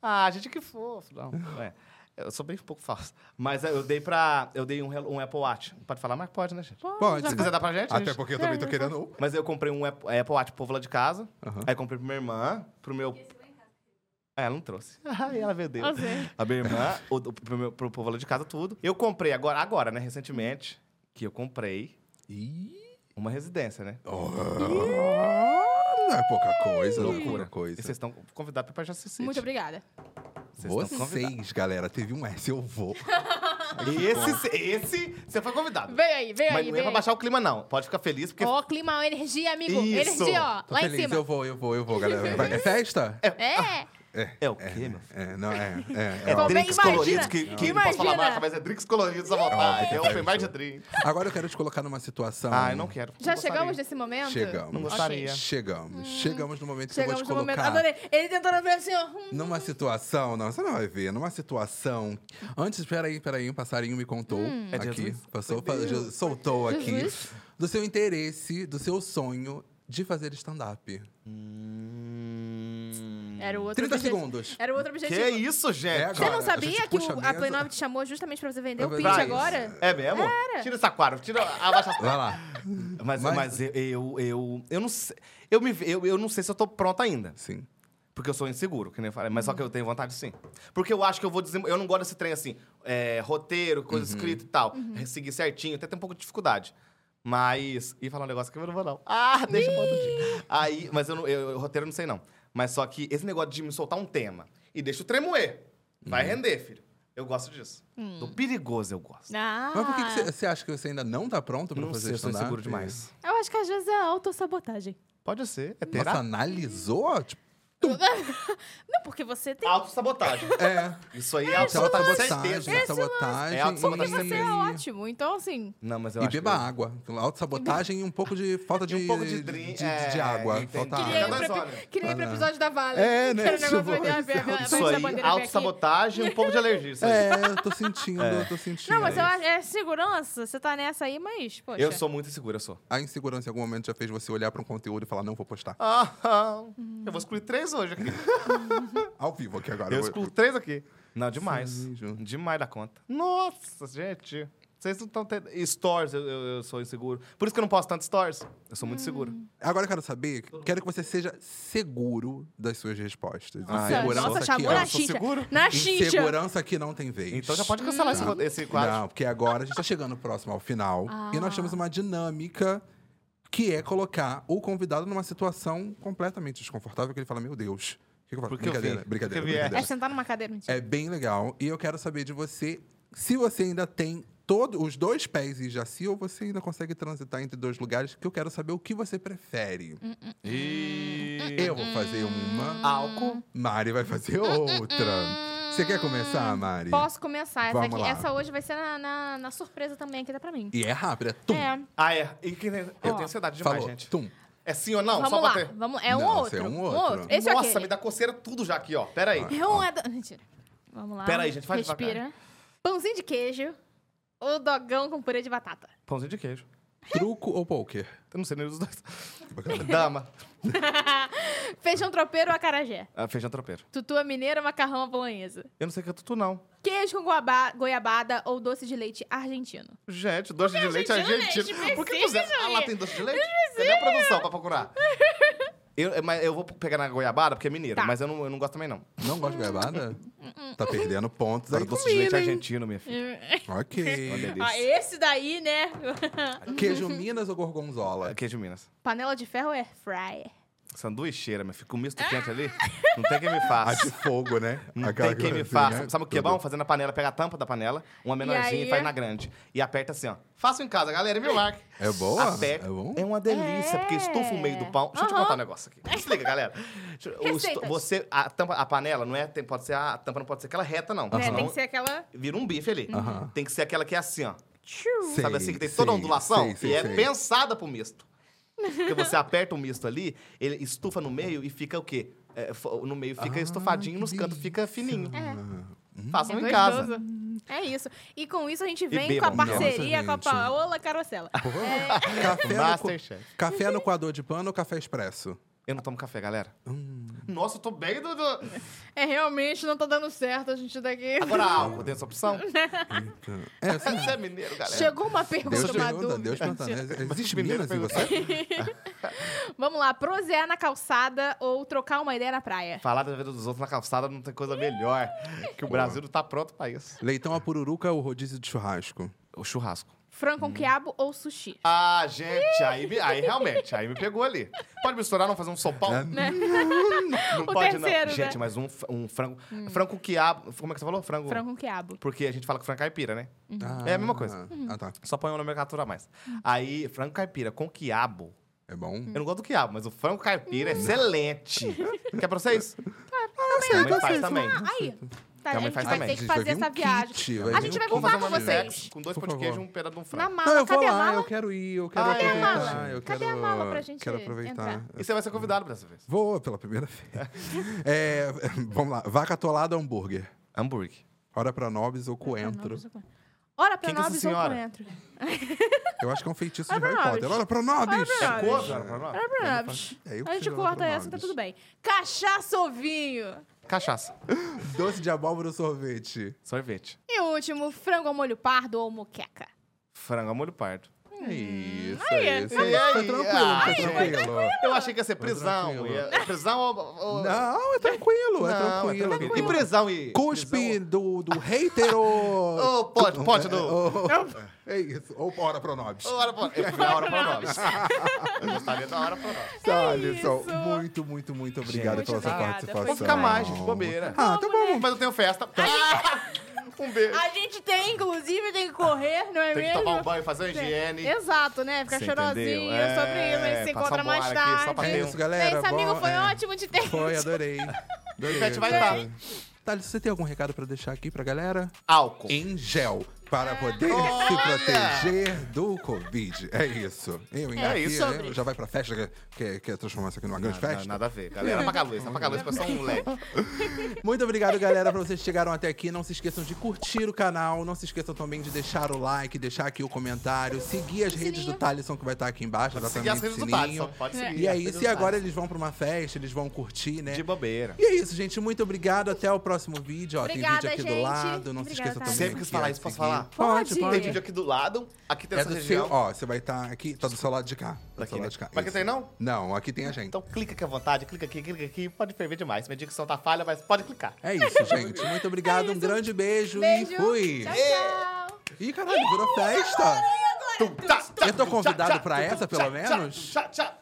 Ah, gente, que fofo. Não, não é. Eu sou bem pouco falso. Mas eu dei pra... Eu dei um, rel- um Apple Watch. Pode falar, mas pode, né, gente?
Pode.
Se quiser dar pra gente, a
Até
gente-
porque eu também tô querendo um.
mas eu comprei um Apple, Apple Watch pro povo lá de casa.
Aham.
Aí comprei pra minha irmã, pro meu.
tá
Ah, ela não trouxe. Aí ela vendeu.
Eu sei.
A minha irmã, o, o- pro, meu, pro povo lá de casa, tudo. Eu comprei agora, agora, né, recentemente, que eu comprei
Ih,
uma residência, né?
oh, não é pouca coisa, não é pouca
E
coisa.
vocês estão convidados pra participar desse
Muito obrigada.
Vocês, galera, teve um S, eu vou.
tá Esse, esse, você foi convidado.
Vem aí, vem
Mas
aí,
não é
vem
pra
aí.
baixar o clima, não. Pode ficar feliz, porque
Ó, clima, energia, amigo.
Isso.
Energia, ó.
Tô
lá
feliz,
em cima.
eu vou, eu vou, eu vou, galera. Vai- É festa?
É.
é o quê, meu?
É, não, é. É,
É
ó.
Como bem,
drinks
imagina,
coloridos, que, que não posso falar
imagina.
marca, mas é drinks coloridos à vontade. É um open bar de drink.
Agora eu quero te colocar numa situação.
Ah, eu não quero.
Já
Não
chegamos
gostaria.
nesse momento?
Chegamos.
Não
Ok.
gostaria.
Chegamos. Chegamos no momento que
Hum. Chegamos
eu
no
vou te
momento.
colocar.
Adorei. Ele tentando ver assim, ó. hum.
Numa situação, não, você não vai ver. Numa situação. Antes, peraí, peraí, um passarinho me contou
É
aqui.
Jesus?
Passou, fa- Je- soltou aqui.
Hum. Jesus?
Do seu interesse, do seu sonho de fazer stand-up.
Hum.
Era o outro
30
objetivo.
segundos.
Era o outro
Que
objetivo.
isso,
É
gente?
agora.
Você não
A gente
sabia que
puxa
o-
a
a
mesa.
Play 9 te chamou justamente pra você vender o
Pra
pitch
vender.
agora?
É mesmo? Tira essa quadra, tira abaixa as
Vai lá.
Mas,
Mas-
mas... eu, eu, eu, eu não sei. Eu, me, ve- eu, eu não sei se eu tô pronta ainda.
Sim.
Porque eu sou inseguro, que nem eu falei. Mas só que eu tenho vontade sim. Porque eu acho que eu vou desem... Eu não gosto desse trem assim, é, roteiro, coisa
Uhum.
escrita e tal. Seguir certinho, até tem um pouco de dificuldade. Mas. Ia falar um negócio que eu não vou, não. Ah, deixa pra outro dia. Aí, mas eu, não, eu, eu roteiro eu
Uhum.
não sei, não. Mas só que esse negócio de me soltar um tema e deixa o trem moer. Vai render, filho. Eu gosto disso. Do perigoso eu gosto.
Ah,
Mas por que que você- você acha que você ainda não tá pronto pra
Não
fazer
sei, eu sou
stand-up? é
inseguro demais.
eu acho que às vezes é autossabotagem.
Pode ser.
Nossa,
É terapia.
analisou? Tipo,
Não, porque você tem.
Autossabotagem.
é.
Isso aí é autossabotagem. Certeza.
Sabotagem, sabotagem.
É autossabotagem
e-
Porque você é ótimo. Então, assim.
Não, mas eu
E
acho
beba
que...
água. Então, Autossabotagem e um pouco de falta de,
E um pouco de
de,
drink,
de-
é,
de água.
entendi.
Falta
Ah,
Queria ir
água.
mas
pro,
olha.
epi- queria ir pro episódio da Vale.
Ah, É, né?
Quero
Tipo,
negócio da-
isso
da- da- da-
Isso
da
aí,
bandeira vem aqui.
autossabotagem e um pouco de alergia. isso aí.
É, eu tô sentindo, eu tô sentindo.
Não, mas eu acho- é segurança. Você tá nessa aí, mas, poxa.
né? Eu sou muito insegura, eu sou.
A insegurança em algum momento já fez você olhar pra um conteúdo e falar, não vou postar.
Ah, eu vou excluir três hoje aqui.
Ao vivo aqui agora.
Eu
vou-
excluo três aqui. Não, demais.
Sim,
Demais da conta. Nossa, gente. Vocês não estão tendo. E Stories, eu, eu- eu sou inseguro. Por isso que eu não posto tanto stories. Eu sou muito seguro.
Agora eu quero saber, quero que você seja seguro das suas respostas.
Nossa,
Insegurança
nossa,
aqui,
chamou
ó.
na
eu sou
xixa.
seguro.
Na xixa.
Insegurança aqui não tem vez.
Então já pode cancelar esse, esse quadro.
Não, porque agora a gente tá chegando próximo ao final. E nós temos uma dinâmica que é colocar o convidado numa situação completamente desconfortável, que ele fala, meu Deus. O que que eu faço?
Porque eu
Brincadeira,
vim.
brincadeira,
Porque eu vim.
brincadeira.
É sentar numa cadeira, mentira.
É bem legal. E eu quero saber de você se você ainda tem todo, os dois pés em Jaci ou você ainda consegue transitar entre dois lugares, que eu quero saber o que você prefere.
E...
Eu vou fazer uma,
Álcool.
Mari vai fazer outra. Você quer começar, Mari?
Posso começar essa
Vamos
aqui.
lá.
Essa hoje vai ser na, na, na surpresa também aqui, dá pra mim.
E é rápida, é tum.
É.
Ah, é. E que- eu
Ó.
tenho ansiedade demais,
Falou,
gente.
tum.
É sim ou não?
vamos
Só
lá.
bater.
Vamos, é um
Não, esse
outro.
é um
um
outro.
outro. Esse é
Nossa,
aquele.
me dá coceira tudo já aqui, ó. Pera aí.
Eu é do... Mentira. Vamos lá.
Pera aí, gente, faz
Respira. Pãozinho de queijo ou dogão com purê de batata?
Pãozinho de queijo.
Truco ou poker?
Eu não sei nem dos dois. Dama.
Feijão tropeiro ou acarajé?
Ah, feijão tropeiro.
Tutua mineira ou macarrão à bolonhesa?
Eu não sei o que é tutu, não.
Queijo com goaba- goiabada ou doce de leite argentino?
Gente, doce de leite
argentino,
argentino.
gente,
Por que
precisa,
puseram? Ah, lá
Julia.
tem doce de leite? Cadê a produção pra procurar? Eu, eu- mas eu vou pegar na goiabada, porque é mineiro.
Tá.
Mas eu não, eu não gosto também, não.
Não gosta de goiabada? tá perdendo pontos aí.
Agora, doce de leite argentino, minha filha.
Ok.
delícia.
Ah, esse daí, né?
Queijo Minas ou gorgonzola?
Queijo de Minas.
Panela de ferro ou air fryer?
Sanduicheira, minha filha. Com misto quente ali, não tem quem me
A
faça.
de fogo, né?
Não
Aquela
Hum, tem quem me
assim,
faça.
né?
Sabe o que é bom? Fazer na panela, pega a tampa da panela, uma menorzinha e,
aí?
faz na grande. E aperta assim, ó. Faço em casa, galera, e me marca.
É boa?
Aperta.
É bom?
uma delícia,
É.
porque estufa o meio do pão. Deixa eu te
Aham.
contar um negócio aqui. Se liga, galera. Deixa eu- o estu-
Receitas.
Você, a tampa, a panela não é, tem- pode ser, a, a tampa não pode ser aquela reta, não.
Né,
Senão
Tem que ser aquela...
Vira um bife ali.
Aham.
Tem que ser aquela que é assim, ó.
Tchiu.
Sei,
Sabe assim, que tem toda a
sei,
ondulação?
sei, sei,
e é
sei.
pensada pro misto. Porque você aperta o misto ali, ele estufa no meio e fica o quê? É, fo- no meio fica
Ah,
estufadinho,
que
nos cantos fica
delícia.
fininho.
Ah,
Façam
É
em casa.
gostoso. É isso. E com isso a gente vem
bebam,
com a
nossa,
parceria com a
gente.
Paola Carosella.
por favor. Café, no co-
Masterchef.
café no coador de pano ou café expresso?
Eu não tomo café, galera.
Hum.
Nossa, eu tô bem do. do-
É, realmente não tá dando certo a gente daqui.
Agora álcool, tem essa opção?
É, assim,
Você é mineiro, galera.
Chegou uma pergunta,
Deus
uma
pergunta,
dúvida.
Deus pergunta. né? Existe Minas em
Mineiro
você?
Vamos lá, prosear na calçada ou trocar uma ideia na praia?
Falar da vida dos outros na calçada não tem coisa melhor. Que o Brasil não tá pronto pra isso.
Leitão a pururuca ou rodízio de churrasco?
O churrasco.
Frango com quiabo ou sushi?
Ah, gente, aí, me- aí realmente, aí me pegou ali. Pode misturar, não fazer um sopão?
É.
Não
O
pode,
terceiro,
não.
né?
Gente, mas um, f- um frango. Frango com quiabo. Como é que você falou? Frango.
Frango com quiabo.
Porque a gente fala que frango caipira, né?
Ah,
É a mesma coisa.
Ah, tá.
Só põe uma nomenclatura a mais. Aí, frango caipira com quiabo.
É bom?
Eu não gosto do quiabo, mas o frango caipira é excelente. Quer pra vocês?
sei,
Minha mãe
eu
faz
sei,
também.
Aí, tá, a
Minha mãe
gente
faz
vai
também.
ter que
tá Gente, vai
fazer
vir um
essa viagem.
kit, vai
a
vir
gente
um
vai
kit.
contar com
uma
vocês.
com dois
Por
pão de queijo e
favor.
um pedaço de um
Na
frango.
mala,
Não, eu vou
cadê a
lá,
mala?
eu quero ir, eu quero
Ah, é a
aproveitar.
mala?
Eu quero,
Cadê a mala pra gente
Quero aproveitar.
entrar?
E você vai ser convidado pra essa vez.
Vou pela primeira vez. É, vamos lá. Vaca atolada ou hambúrguer?
Hambúrguer.
Ora pra nobis ou coentro?
Ora pra
Quem que é essa
nobres ou
senhora?
coentro?
Eu acho que é um feitiço
Ora
de Harry
pra
Potter.
nobis.
Ora pra nobis!
Ora pra nobis.
Coisa, não é?
Ora pra nobres.
É, eu
A gente
prefiro ora
corta
pra
essa, tá
nobis.
tudo bem. Cachaça ou vinho?
Cachaça.
Doce de abóbora ou sorvete?
Sorvete.
E o último, frango ao molho pardo ou moqueca?
Frango a molho pardo.
É Isso,
Hum, Aí, é
isso.
aí,
Tá
aí.
tranquilo,
Ai,
tá
gente,
tranquilo.
Eu achei que ia ser prisão.
tranquilo.
Ia- Prisão ou- ou...
Não, é tranquilo, é
Não, é
tranquilo.
E prisão e...
Cuspe
prisão?
do, do hater ou...
Ô, pote, pote do...
ou- É isso, ou ora pra nobis.
Hora pra... Eu fui a hora pra nós. Eu gostaria da hora pra nós.
Tá,
É
Alisson,
isso.
muito, muito, muito obrigado
Muito
pela sua é. Ah,
obrigada,
participação.
foi Vou
né? Vou ficar mais, gente. Bobeira.
tá Ah, tá bom.
Mas eu tenho festa. Ah! Um beijo.
A gente tem, inclusive, tem que correr, não é
Tem que
mesmo?
tomar um banho, fazer uma higiene.
Exato, né? Ficar
Você
cheirosinho,
entendeu? É,
sobre isso, a gente se
passar
encontra
um
mais
bar aqui, só pra
tarde.
É
Valeu.
isso, galera.
Esse amigo
Bom,
foi
é.
ótimo de ter.
Foi, adorei. Adorei.
O Pet vai tá.
Thales, você tem algum recado pra deixar aqui pra galera?
Álcool.
Em gel, para poder
Olha!
se proteger do Covid. É isso. Eu
É
engano aqui,
isso.
né? Já vai pra festa, quer, quer, quer transformar isso aqui numa grande
Nada,
festa? é
nada a ver, galera. Apaga a luz, apaga a luz, pessoal, um leque.
Muito obrigado, galera, pra vocês que chegaram até aqui. Não se esqueçam de curtir o canal. Não se esqueçam também de deixar o like, deixar aqui o comentário. Seguir as redes do
Sininho.
Thaleson, que vai estar aqui embaixo.
Seguir
exatamente,
as redes do
sininho.
Thaleson, pode seguir.
E é
as
isso.
redes
E
do
agora
Thaleson.
eles vão pra uma festa, eles vão curtir, né?
De bobeira.
E é isso, gente. Muito obrigado. Até o próximo vídeo. Ó,
Obrigada,
tem vídeo aqui do
gente.
lado. Não se
Obrigada,
esqueça
Thales.
também.
Sempre quis
aqui,
falar
ó,
isso,
de
posso
seguir.
falar?
Pode.
Tipo, Tem vídeo aqui do lado, aqui tem
É
essa
do
região.
seu, ó, você vai estar aqui, tá do seu lado de cá. Do
Daqui,
seu
né?
lado de cá.
Mas aqui
isso.
tem não?
Não, aqui tem a gente.
Então clica aqui à vontade, clica aqui, clica aqui. Pode ferver demais. Minha dicção tá falha, mas pode clicar.
É isso, gente. Muito obrigado, um grande beijo,
É Beijo.
e fui.
Tchau, tchau.
Ih, caralho, virou festa.
Tum, tchá, tchá,
Eu tô
tum,
convidado
tchá, tchá,
pra
tum,
essa,
tchá,
pelo
tchá,
menos?
Tchá, tchá.